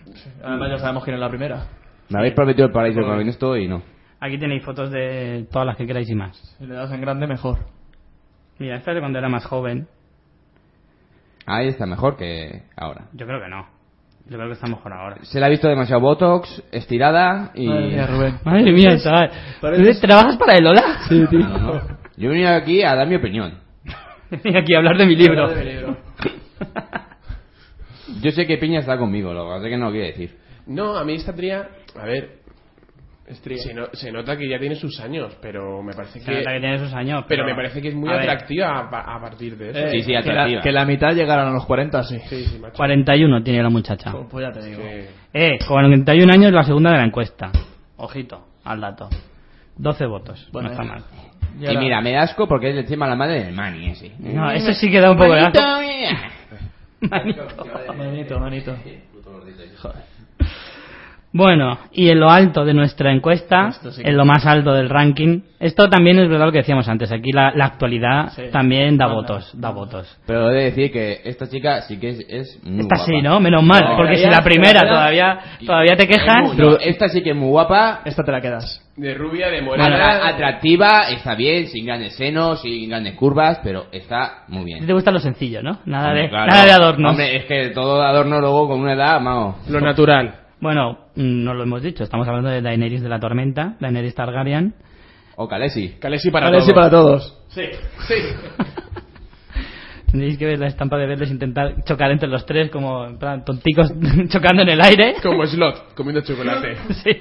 Speaker 3: Además ya sabemos quién es la primera.
Speaker 4: Me habéis prometido el paraíso con esto y no.
Speaker 1: Aquí tenéis fotos de todas las que queráis y más.
Speaker 3: Si le das en grande, mejor.
Speaker 1: Mira, esta es de cuando era más joven.
Speaker 4: Ahí está mejor que ahora.
Speaker 1: Yo creo que no. Yo creo que está mejor ahora.
Speaker 4: Se la ha visto demasiado botox, estirada y.
Speaker 3: Madre mía, Rubén.
Speaker 1: Madre mía, chaval.
Speaker 3: pareces-
Speaker 1: ¿Trabajas para el Lola?
Speaker 3: Sí, tío.
Speaker 4: No, no. Yo he venido aquí a dar mi opinión.
Speaker 1: Venía aquí a hablar de mi libro.
Speaker 4: Yo sé que Piña está conmigo, lo que pasa es que no lo quiere decir.
Speaker 2: No, a mí esta tría, a ver, se, no- se nota que ya tiene sus años, pero me
Speaker 1: Se
Speaker 2: parece
Speaker 1: nota que
Speaker 2: que,
Speaker 1: tiene sus años.
Speaker 2: pero me parece que es muy
Speaker 1: a ver,
Speaker 2: atractiva a, pa- a partir de eso.
Speaker 3: Eh,
Speaker 4: Sí, sí,
Speaker 3: que, la,
Speaker 4: atractiva.
Speaker 3: que la mitad llegaran a los 40, sí.
Speaker 2: Sí, sí, macho.
Speaker 1: 41 tiene la muchacha.
Speaker 3: Pues, pues ya te digo.
Speaker 2: Que-
Speaker 1: Eh, 41 años la segunda de la encuesta. Ojito al dato. 12 votos.
Speaker 3: Bueno,
Speaker 1: no está
Speaker 3: eh.
Speaker 1: mal.
Speaker 4: Y,
Speaker 3: ahora-
Speaker 4: mira, me da asco porque es encima la madre del Mani eh, ese.
Speaker 1: No, eso sí que Pues da un poco de asco. Manito.
Speaker 3: Manito, manito.
Speaker 1: Bueno, y en lo alto de nuestra encuesta,
Speaker 3: Esto sí que-
Speaker 1: en lo más alto del ranking, esto también es verdad lo que decíamos antes, aquí la, la actualidad
Speaker 3: Sí.
Speaker 1: también da
Speaker 3: Manda.
Speaker 1: votos, da votos.
Speaker 4: Pero he de decir que esta chica sí que es, es muy
Speaker 1: Esta
Speaker 4: guapa.
Speaker 1: sí, ¿no? Menos mal,
Speaker 4: No,
Speaker 1: porque si
Speaker 3: todavía-
Speaker 1: la primera
Speaker 3: todavía-
Speaker 1: todavía todavía te quejas, eh,
Speaker 4: Pero esta sí que es muy guapa,
Speaker 3: Esta te la quedas.
Speaker 2: De rubia, de
Speaker 4: atra-
Speaker 2: morena.
Speaker 4: atractiva, está bien, sin grandes senos, sin grandes curvas, pero está muy
Speaker 1: a ti
Speaker 4: bien.
Speaker 1: te gusta lo sencillo, ¿no? Nada de,
Speaker 4: Hombre, claro.
Speaker 1: nada de adornos.
Speaker 4: Hombre, es que todo adorno luego con una edad, vamos.
Speaker 2: Lo natural.
Speaker 1: Bueno, mm, no lo hemos dicho, estamos hablando de Daenerys de la Tormenta, Daenerys Targaryen,
Speaker 4: O Calesi.
Speaker 2: Calesi para
Speaker 3: Vale, sí,
Speaker 2: todos.
Speaker 3: para todos.
Speaker 2: Sí, sí.
Speaker 1: Tendréis que ver la estampa de verles intentar chocar entre los tres como en plan, tonticos chocando en el aire.
Speaker 2: Como slot, comiendo chocolate.
Speaker 1: Sí.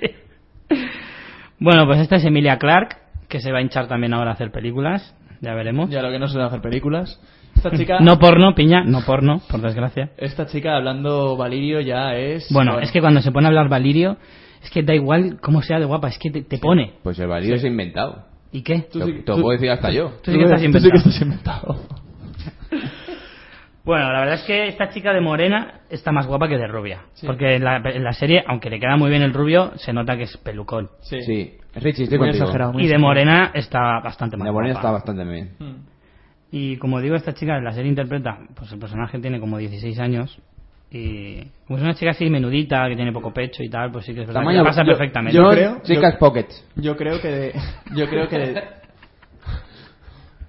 Speaker 1: Bueno, pues esta es Emilia Clark, que se va a hinchar también ahora a hacer películas. Ya veremos.
Speaker 3: Ya lo que no suelen hacer películas. Esta chica...
Speaker 1: No porno, piña, no porno, por desgracia.
Speaker 3: Esta chica hablando Valirio ya es...
Speaker 1: Bueno, es que cuando se pone a hablar Valirio, es que da igual cómo sea de guapa, es que te, te pone.
Speaker 4: Pues el valido se ha inventado.
Speaker 1: ¿Y qué?
Speaker 3: Tú
Speaker 4: Te-
Speaker 3: sí-
Speaker 4: te lo
Speaker 3: tú-
Speaker 4: puedo decir hasta yo.
Speaker 1: Tú sí que estás
Speaker 3: tú sí que
Speaker 1: inventado.
Speaker 3: estás inventado.
Speaker 1: Bueno, la verdad es que esta chica de morena está más guapa que de rubia.
Speaker 3: Sí.
Speaker 1: Porque en la, en la serie, aunque le queda muy bien el rubio, se nota que es pelucón.
Speaker 3: Sí.
Speaker 4: Sí. Richie, estoy
Speaker 3: Muy
Speaker 4: contigo.
Speaker 3: exagerado. muy
Speaker 1: Y de
Speaker 3: exagerado.
Speaker 1: morena está bastante más
Speaker 4: La morena
Speaker 1: guapa.
Speaker 4: está bastante bien.
Speaker 3: Mm.
Speaker 1: Y como digo, esta chica en la serie interpreta, pues el personaje tiene como 16 años. Y como es una chica así menudita, que tiene poco pecho y tal, pues sí que es verdad que
Speaker 4: Tamaño-
Speaker 1: le pasa
Speaker 4: yo-
Speaker 1: perfectamente.
Speaker 4: Yo,
Speaker 3: creo-
Speaker 4: chicas
Speaker 3: yo-
Speaker 4: pockets.
Speaker 3: Yo creo que de, yo creo que de,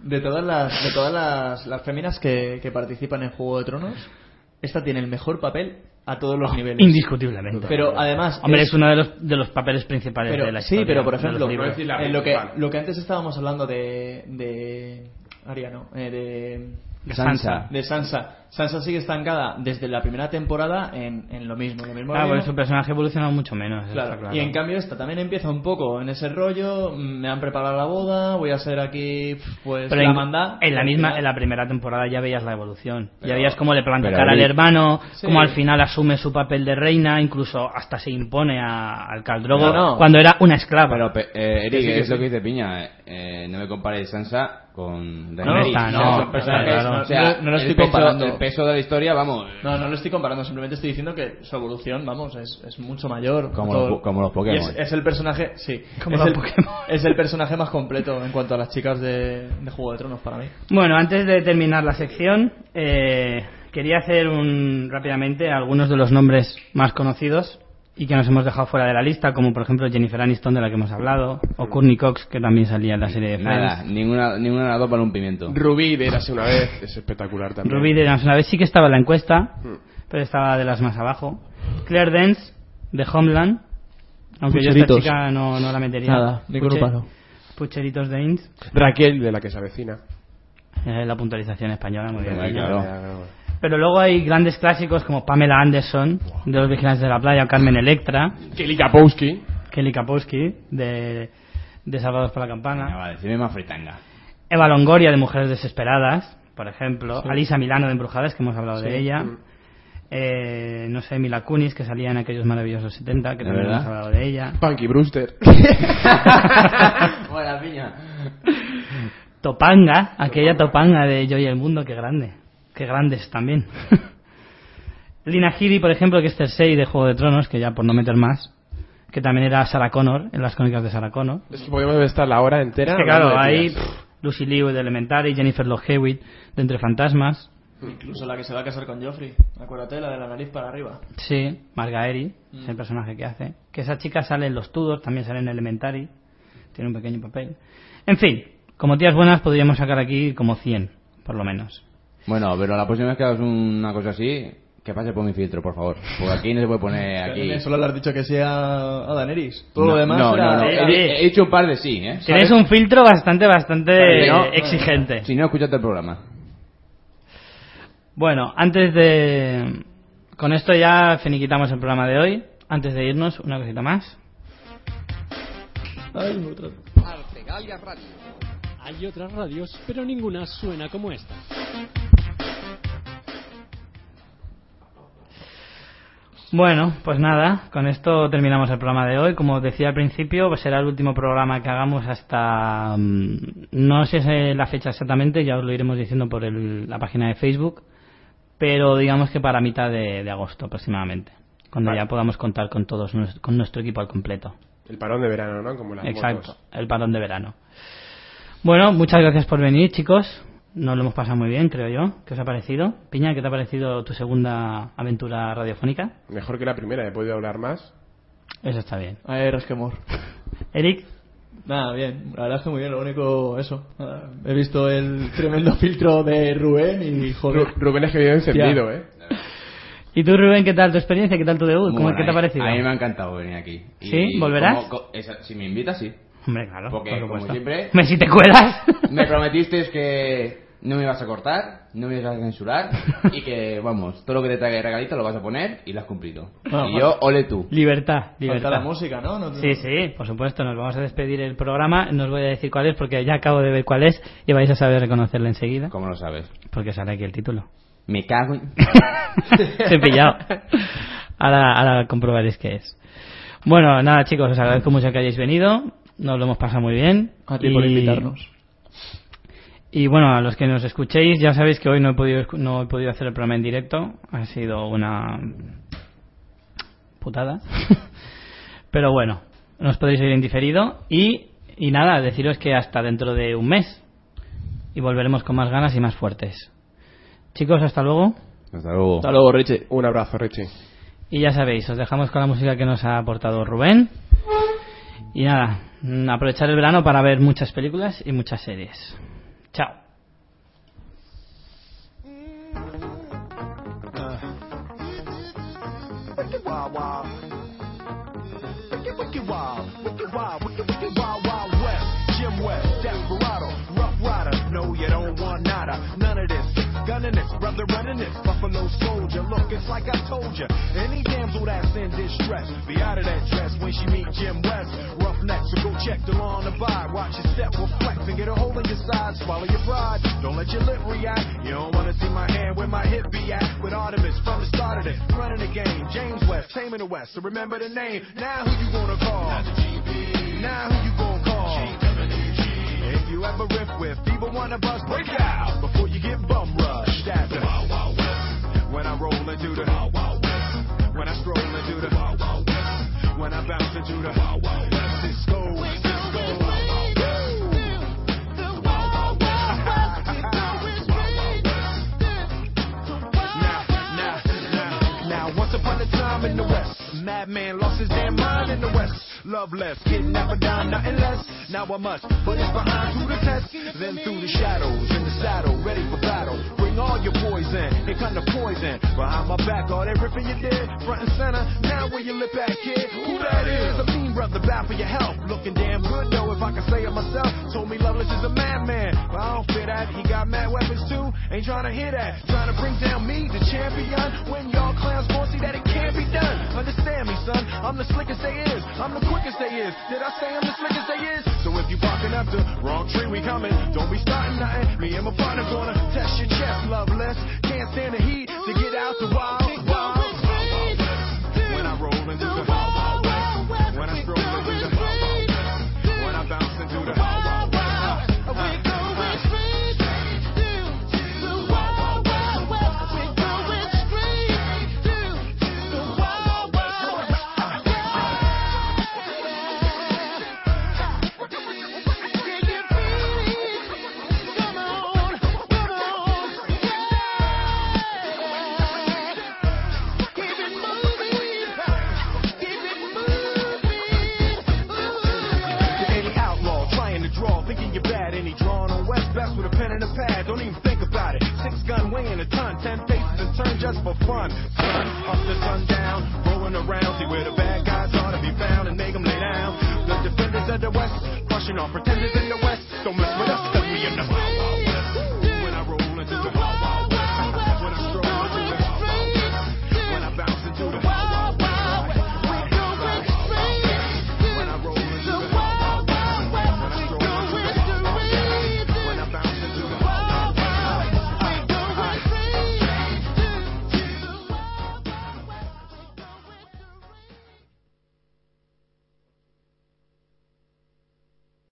Speaker 3: de todas las de todas las, las féminas que, que participan en Juego de Tronos, esta tiene el mejor papel a todos
Speaker 1: Ah,
Speaker 3: los niveles.
Speaker 1: Indiscutiblemente.
Speaker 3: Pero además.
Speaker 1: Hombre, es, uno de los, de los papeles principales
Speaker 3: pero-
Speaker 1: de la
Speaker 3: sí,
Speaker 1: historia.
Speaker 3: pero por
Speaker 1: de los
Speaker 3: ejemplo,
Speaker 1: libros.
Speaker 3: en lo, que, lo que antes estábamos hablando de. de Ariano, eh, de.
Speaker 1: De Sansa. Ah,
Speaker 3: De Sansa. Sansa sigue estancada desde la primera temporada en, en lo mismo. Lo mismo,
Speaker 1: Ah,
Speaker 3: lo
Speaker 1: bueno,
Speaker 3: mismo.
Speaker 1: su personaje ha evolucionado mucho menos. eso
Speaker 3: Claro,
Speaker 1: está claro.
Speaker 3: y en cambio esta también empieza un poco en ese rollo, mm, me han preparado la boda, voy a ser aquí pues
Speaker 1: Pero
Speaker 3: la
Speaker 1: en,
Speaker 3: mandá.
Speaker 1: en la
Speaker 3: Al
Speaker 1: misma
Speaker 3: final-
Speaker 1: en la primera temporada ya veías la evolución
Speaker 3: Pero-
Speaker 1: ya veías cómo le planta
Speaker 3: pero
Speaker 1: cara al
Speaker 3: ahí-
Speaker 1: hermano
Speaker 3: Sí.
Speaker 1: cómo al final asume su papel de reina incluso hasta se impone a- al caldrogo
Speaker 4: No, no.
Speaker 1: cuando era una esclava
Speaker 4: Pero, pe- eh, Eric,
Speaker 1: Que sí, que
Speaker 4: es
Speaker 1: sí.
Speaker 4: lo que dice Piña. eh, eh, no me compares Sansa con
Speaker 3: No, está, no,
Speaker 4: Son personajes,
Speaker 3: claro, no,
Speaker 4: o sea,
Speaker 3: no- no lo
Speaker 4: el
Speaker 3: estoy
Speaker 4: peso-
Speaker 3: comparando.
Speaker 4: El peso de la historia, vamos.
Speaker 3: No, no lo estoy comparando, simplemente estoy diciendo que su evolución, vamos, es, es mucho mayor.
Speaker 4: Como
Speaker 3: Todo-
Speaker 4: los po- como los Pokémon.
Speaker 3: Y Es, es el personaje, sí,
Speaker 1: Como
Speaker 3: es,
Speaker 1: los
Speaker 3: el,
Speaker 1: Pokémon.
Speaker 3: es el personaje más completo en cuanto a las chicas de, de Juego de Tronos para mí.
Speaker 1: Bueno, antes de terminar la sección, eh, quería hacer un, rápidamente algunos de los nombres más conocidos y que nos hemos dejado fuera de la lista, como por ejemplo Jennifer Aniston, de la que hemos hablado, o Courtney Cox, que también salía en la serie de Friends.
Speaker 4: eh, Nada, ninguna, ninguna de las dos para un pimiento.
Speaker 2: Rubí de Érase una vez es espectacular también.
Speaker 1: Ruby de Dance una vez sí que estaba en la encuesta,
Speaker 2: Hmm.
Speaker 1: pero estaba de las más abajo. Claire Dance, de Homeland, aunque yo esta
Speaker 2: Pucheritos.
Speaker 1: chica no, no la metería.
Speaker 2: Nada, ninguno palo.
Speaker 1: Pucheritos Dance,
Speaker 2: Raquel de la que se avecina.
Speaker 1: eh, la puntualización española, muy bien.
Speaker 4: Hombre, claro.
Speaker 2: Eh,
Speaker 1: Pero luego hay grandes clásicos como Pamela Anderson, de Los Vigilantes de la Playa, o Carmen Electra,
Speaker 2: Kelly Kapowski.
Speaker 1: Kelly Kapowski, de, de Salvados por la
Speaker 4: Venga,
Speaker 1: Campana,
Speaker 4: vale, si me más fritanga.
Speaker 1: Eva Longoria, de Mujeres Desesperadas, por ejemplo, Alisa Milano, de Embrujadas, que hemos hablado de
Speaker 3: Sí,
Speaker 1: ella,
Speaker 3: mm.
Speaker 1: eh, no sé, Mila Kunis, que salía en aquellos maravillosos 70, que
Speaker 4: ¿De
Speaker 1: también
Speaker 4: verdad?
Speaker 1: hemos hablado de ella,
Speaker 2: Punky Brewster.
Speaker 4: Buena piña.
Speaker 1: Topanga, aquella Topanga de Yo y el Mundo, qué grande, qué grandes también. Lina Headey, por ejemplo, que es Cersei de Juego de Tronos, que ya por no meter más, que también era Sarah Connor, en las crónicas de Sarah Connor.
Speaker 2: Es que podemos estar la hora entera.
Speaker 1: Es que
Speaker 2: hablando
Speaker 1: claro,
Speaker 2: de
Speaker 1: ahí
Speaker 2: tías.
Speaker 1: pff, Lucy Liu de Elementary, Jennifer Love Hewitt de Entre Fantasmas,
Speaker 3: Incluso la que se va a casar con Joffrey, acuérdate, la de la nariz para arriba.
Speaker 1: sí, Margaery, es el personaje que hace, que esa chica sale en Los Tudors, también sale en Elementary, tiene un pequeño papel. En fin, como tías buenas podríamos sacar aquí como 100, por lo menos.
Speaker 4: Bueno, pero la próxima vez que hagas una cosa así, que pase por mi filtro, por favor. Porque aquí no se puede poner aquí.
Speaker 3: Solo le has dicho que sea a Daenerys. Todo
Speaker 4: No,
Speaker 3: lo demás
Speaker 4: no,
Speaker 3: era-
Speaker 4: no, no.
Speaker 1: eh,
Speaker 4: He, he hecho un par de sí, ¿eh?
Speaker 1: Tienes un filtro bastante, bastante
Speaker 4: Vale,
Speaker 1: eh,
Speaker 4: no,
Speaker 1: exigente.
Speaker 4: Si no, escuchate el programa.
Speaker 1: Bueno, antes de... Con esto ya finiquitamos el programa de hoy. Antes de irnos, una cosita más.
Speaker 3: Ay, otra-
Speaker 9: Hay otras radios, pero ninguna suena como esta.
Speaker 1: Bueno, pues nada, con esto terminamos el programa de hoy. Como os decía al principio, pues será el último programa que hagamos hasta. mm, No sé si la fecha exactamente, ya os lo iremos diciendo por el- la página de Facebook, pero digamos que para mitad de, de agosto aproximadamente, cuando ya podamos contar con todos, nues- con nuestro equipo al completo.
Speaker 2: El parón de verano, ¿no? Como las
Speaker 4: pues
Speaker 1: Exacto,
Speaker 2: motos.
Speaker 1: el parón de verano. Bueno, muchas gracias por venir, chicos. Nos lo hemos pasado muy bien, creo yo. ¿Qué os ha parecido? Piña, ¿qué te ha parecido tu segunda aventura radiofónica?
Speaker 2: Mejor que la primera, he podido hablar más.
Speaker 1: Eso está bien.
Speaker 3: Ay, resquemor.
Speaker 1: Eric,
Speaker 3: Nada, bien. La verdad es que muy bien. Lo único, eso. nada, He visto el tremendo filtro de Rubén y joder.
Speaker 2: Ru- Rubén es que vive encendido, ¿eh?
Speaker 1: ¿Y tú, Rubén, qué tal tu experiencia? ¿Qué tal tu debut?
Speaker 4: Muy
Speaker 1: ¿Cómo,
Speaker 4: buena,
Speaker 1: ¿Qué te ha
Speaker 4: eh.
Speaker 1: parecido?
Speaker 4: A mí me ha encantado venir aquí. Y-
Speaker 1: ¿Sí? ¿Volverás?
Speaker 4: como- co- esa- si me invitas, sí.
Speaker 1: Hombre, claro.
Speaker 4: Porque,
Speaker 1: por
Speaker 4: como
Speaker 1: supuesto.
Speaker 4: siempre-
Speaker 1: Hombre, si te cuelas.
Speaker 4: Me prometiste que no me ibas a cortar, no me ibas a censurar y que, vamos, todo lo que te traiga de regalito lo vas a poner y lo has cumplido.
Speaker 3: Bueno,
Speaker 1: pues-
Speaker 4: y yo, ole tú.
Speaker 1: libertad,
Speaker 3: Falta
Speaker 1: libertad.
Speaker 3: la música, ¿no? No-
Speaker 1: Sí, sí, por supuesto. Nos vamos a despedir el programa. No os voy a decir cuál es porque ya acabo de ver cuál es y vais a saber reconocerla enseguida
Speaker 4: ¿Cómo lo sabes?
Speaker 1: porque sale aquí el título.
Speaker 4: Me cago en...
Speaker 1: Te he pillado. Ahora, ahora comprobaréis qué es. Bueno, nada, chicos, os agradezco mucho que hayáis venido. Nos lo hemos pasado muy bien.
Speaker 3: A ti por
Speaker 1: Y-
Speaker 3: invitarnos.
Speaker 1: Y bueno, a los que nos escuchéis, ya sabéis que hoy no he podido, escu- no he podido hacer el programa en directo. Ha sido una putada. Pero bueno, nos podéis oír en diferido. Y, y nada, deciros que hasta dentro de un mes. Y volveremos con más ganas y más fuertes. Chicos, hasta luego.
Speaker 4: Hasta luego.
Speaker 2: Hasta luego, Richie. Un abrazo, Richie.
Speaker 1: Y ya sabéis, os dejamos con la música que nos ha aportado Rubén. Y nada, mm, aprovechar el verano para ver muchas películas y muchas series. Chao.
Speaker 10: Thank
Speaker 2: wild. Wicked, wicked wild, wicked wild, wicked, wicked wild, wild west. Jim West, Desperado, Rough Rider. No, you don't want nada, none of this. Gunning this, brother running this, Buffalo Soldier. Look, it's like I told you. Any damsel that's in distress, be out of that dress when she meet Jim West. Rough neck, so go check the law on the by. Watch your step, reflect, and get a hold of your side. Swallow your pride, don't let your lip react. You don't wanna see my hand where my hip be at. With Artemis from the start of this, running the game. James West, taming the West, so remember the name. Now who you gonna call? Now who you gonna call? If you ever riff with fever one of us, break out before you get bum rushed at the Wild Wild West. When I roll into the Wild Wild West. When I stroll into the Wild Wild West. When I bounce into the Wild Wild West. It's go, it's go. Now, now, now, once upon a time in the West, madman lost his damn mind in the West. Love left, getting up and down, nothing less. Now I must put it behind through the test, then through the shadows in the saddle, ready for battle. Bring all your poison, here come the poison. Behind my back, all that ripping you did, front and center. Now where you lip at, kid? Who that is? A mean brother, bow for your help. Looking damn good though, if I can say it myself. Told me Loveless is a madman, but I don't fit that. He got mad weapons too, ain't trying to hear that. Trying to bring down me, the champion. When y'all clowns won't see that it can't be done. Understand me, son, I'm the slickest they is. I'm the quickest they is. Did I say I'm the slickest they is? So if you barking up the wrong tree, we coming. Don't be starting nothing. Me and my partner gonna test your chest, Loveless. Can't stand the heat to get out the wild. wild. When I roll into the wild, wild west. When I stroll into the wild, wild west. When I bounce into the wild, wild west. to any outlaw trying to draw, thinking you're bad. Any drawn on West Best with a pen and a pad, don't even think about it. Six gun weighing a ton, ten faces and turn just for fun. Sun up to sundown, rolling around, see where the bad guys ought to be found and make 'em lay down. The defenders of the West, crushing all pretenders in the West. Don't mess with us, 'cause we in the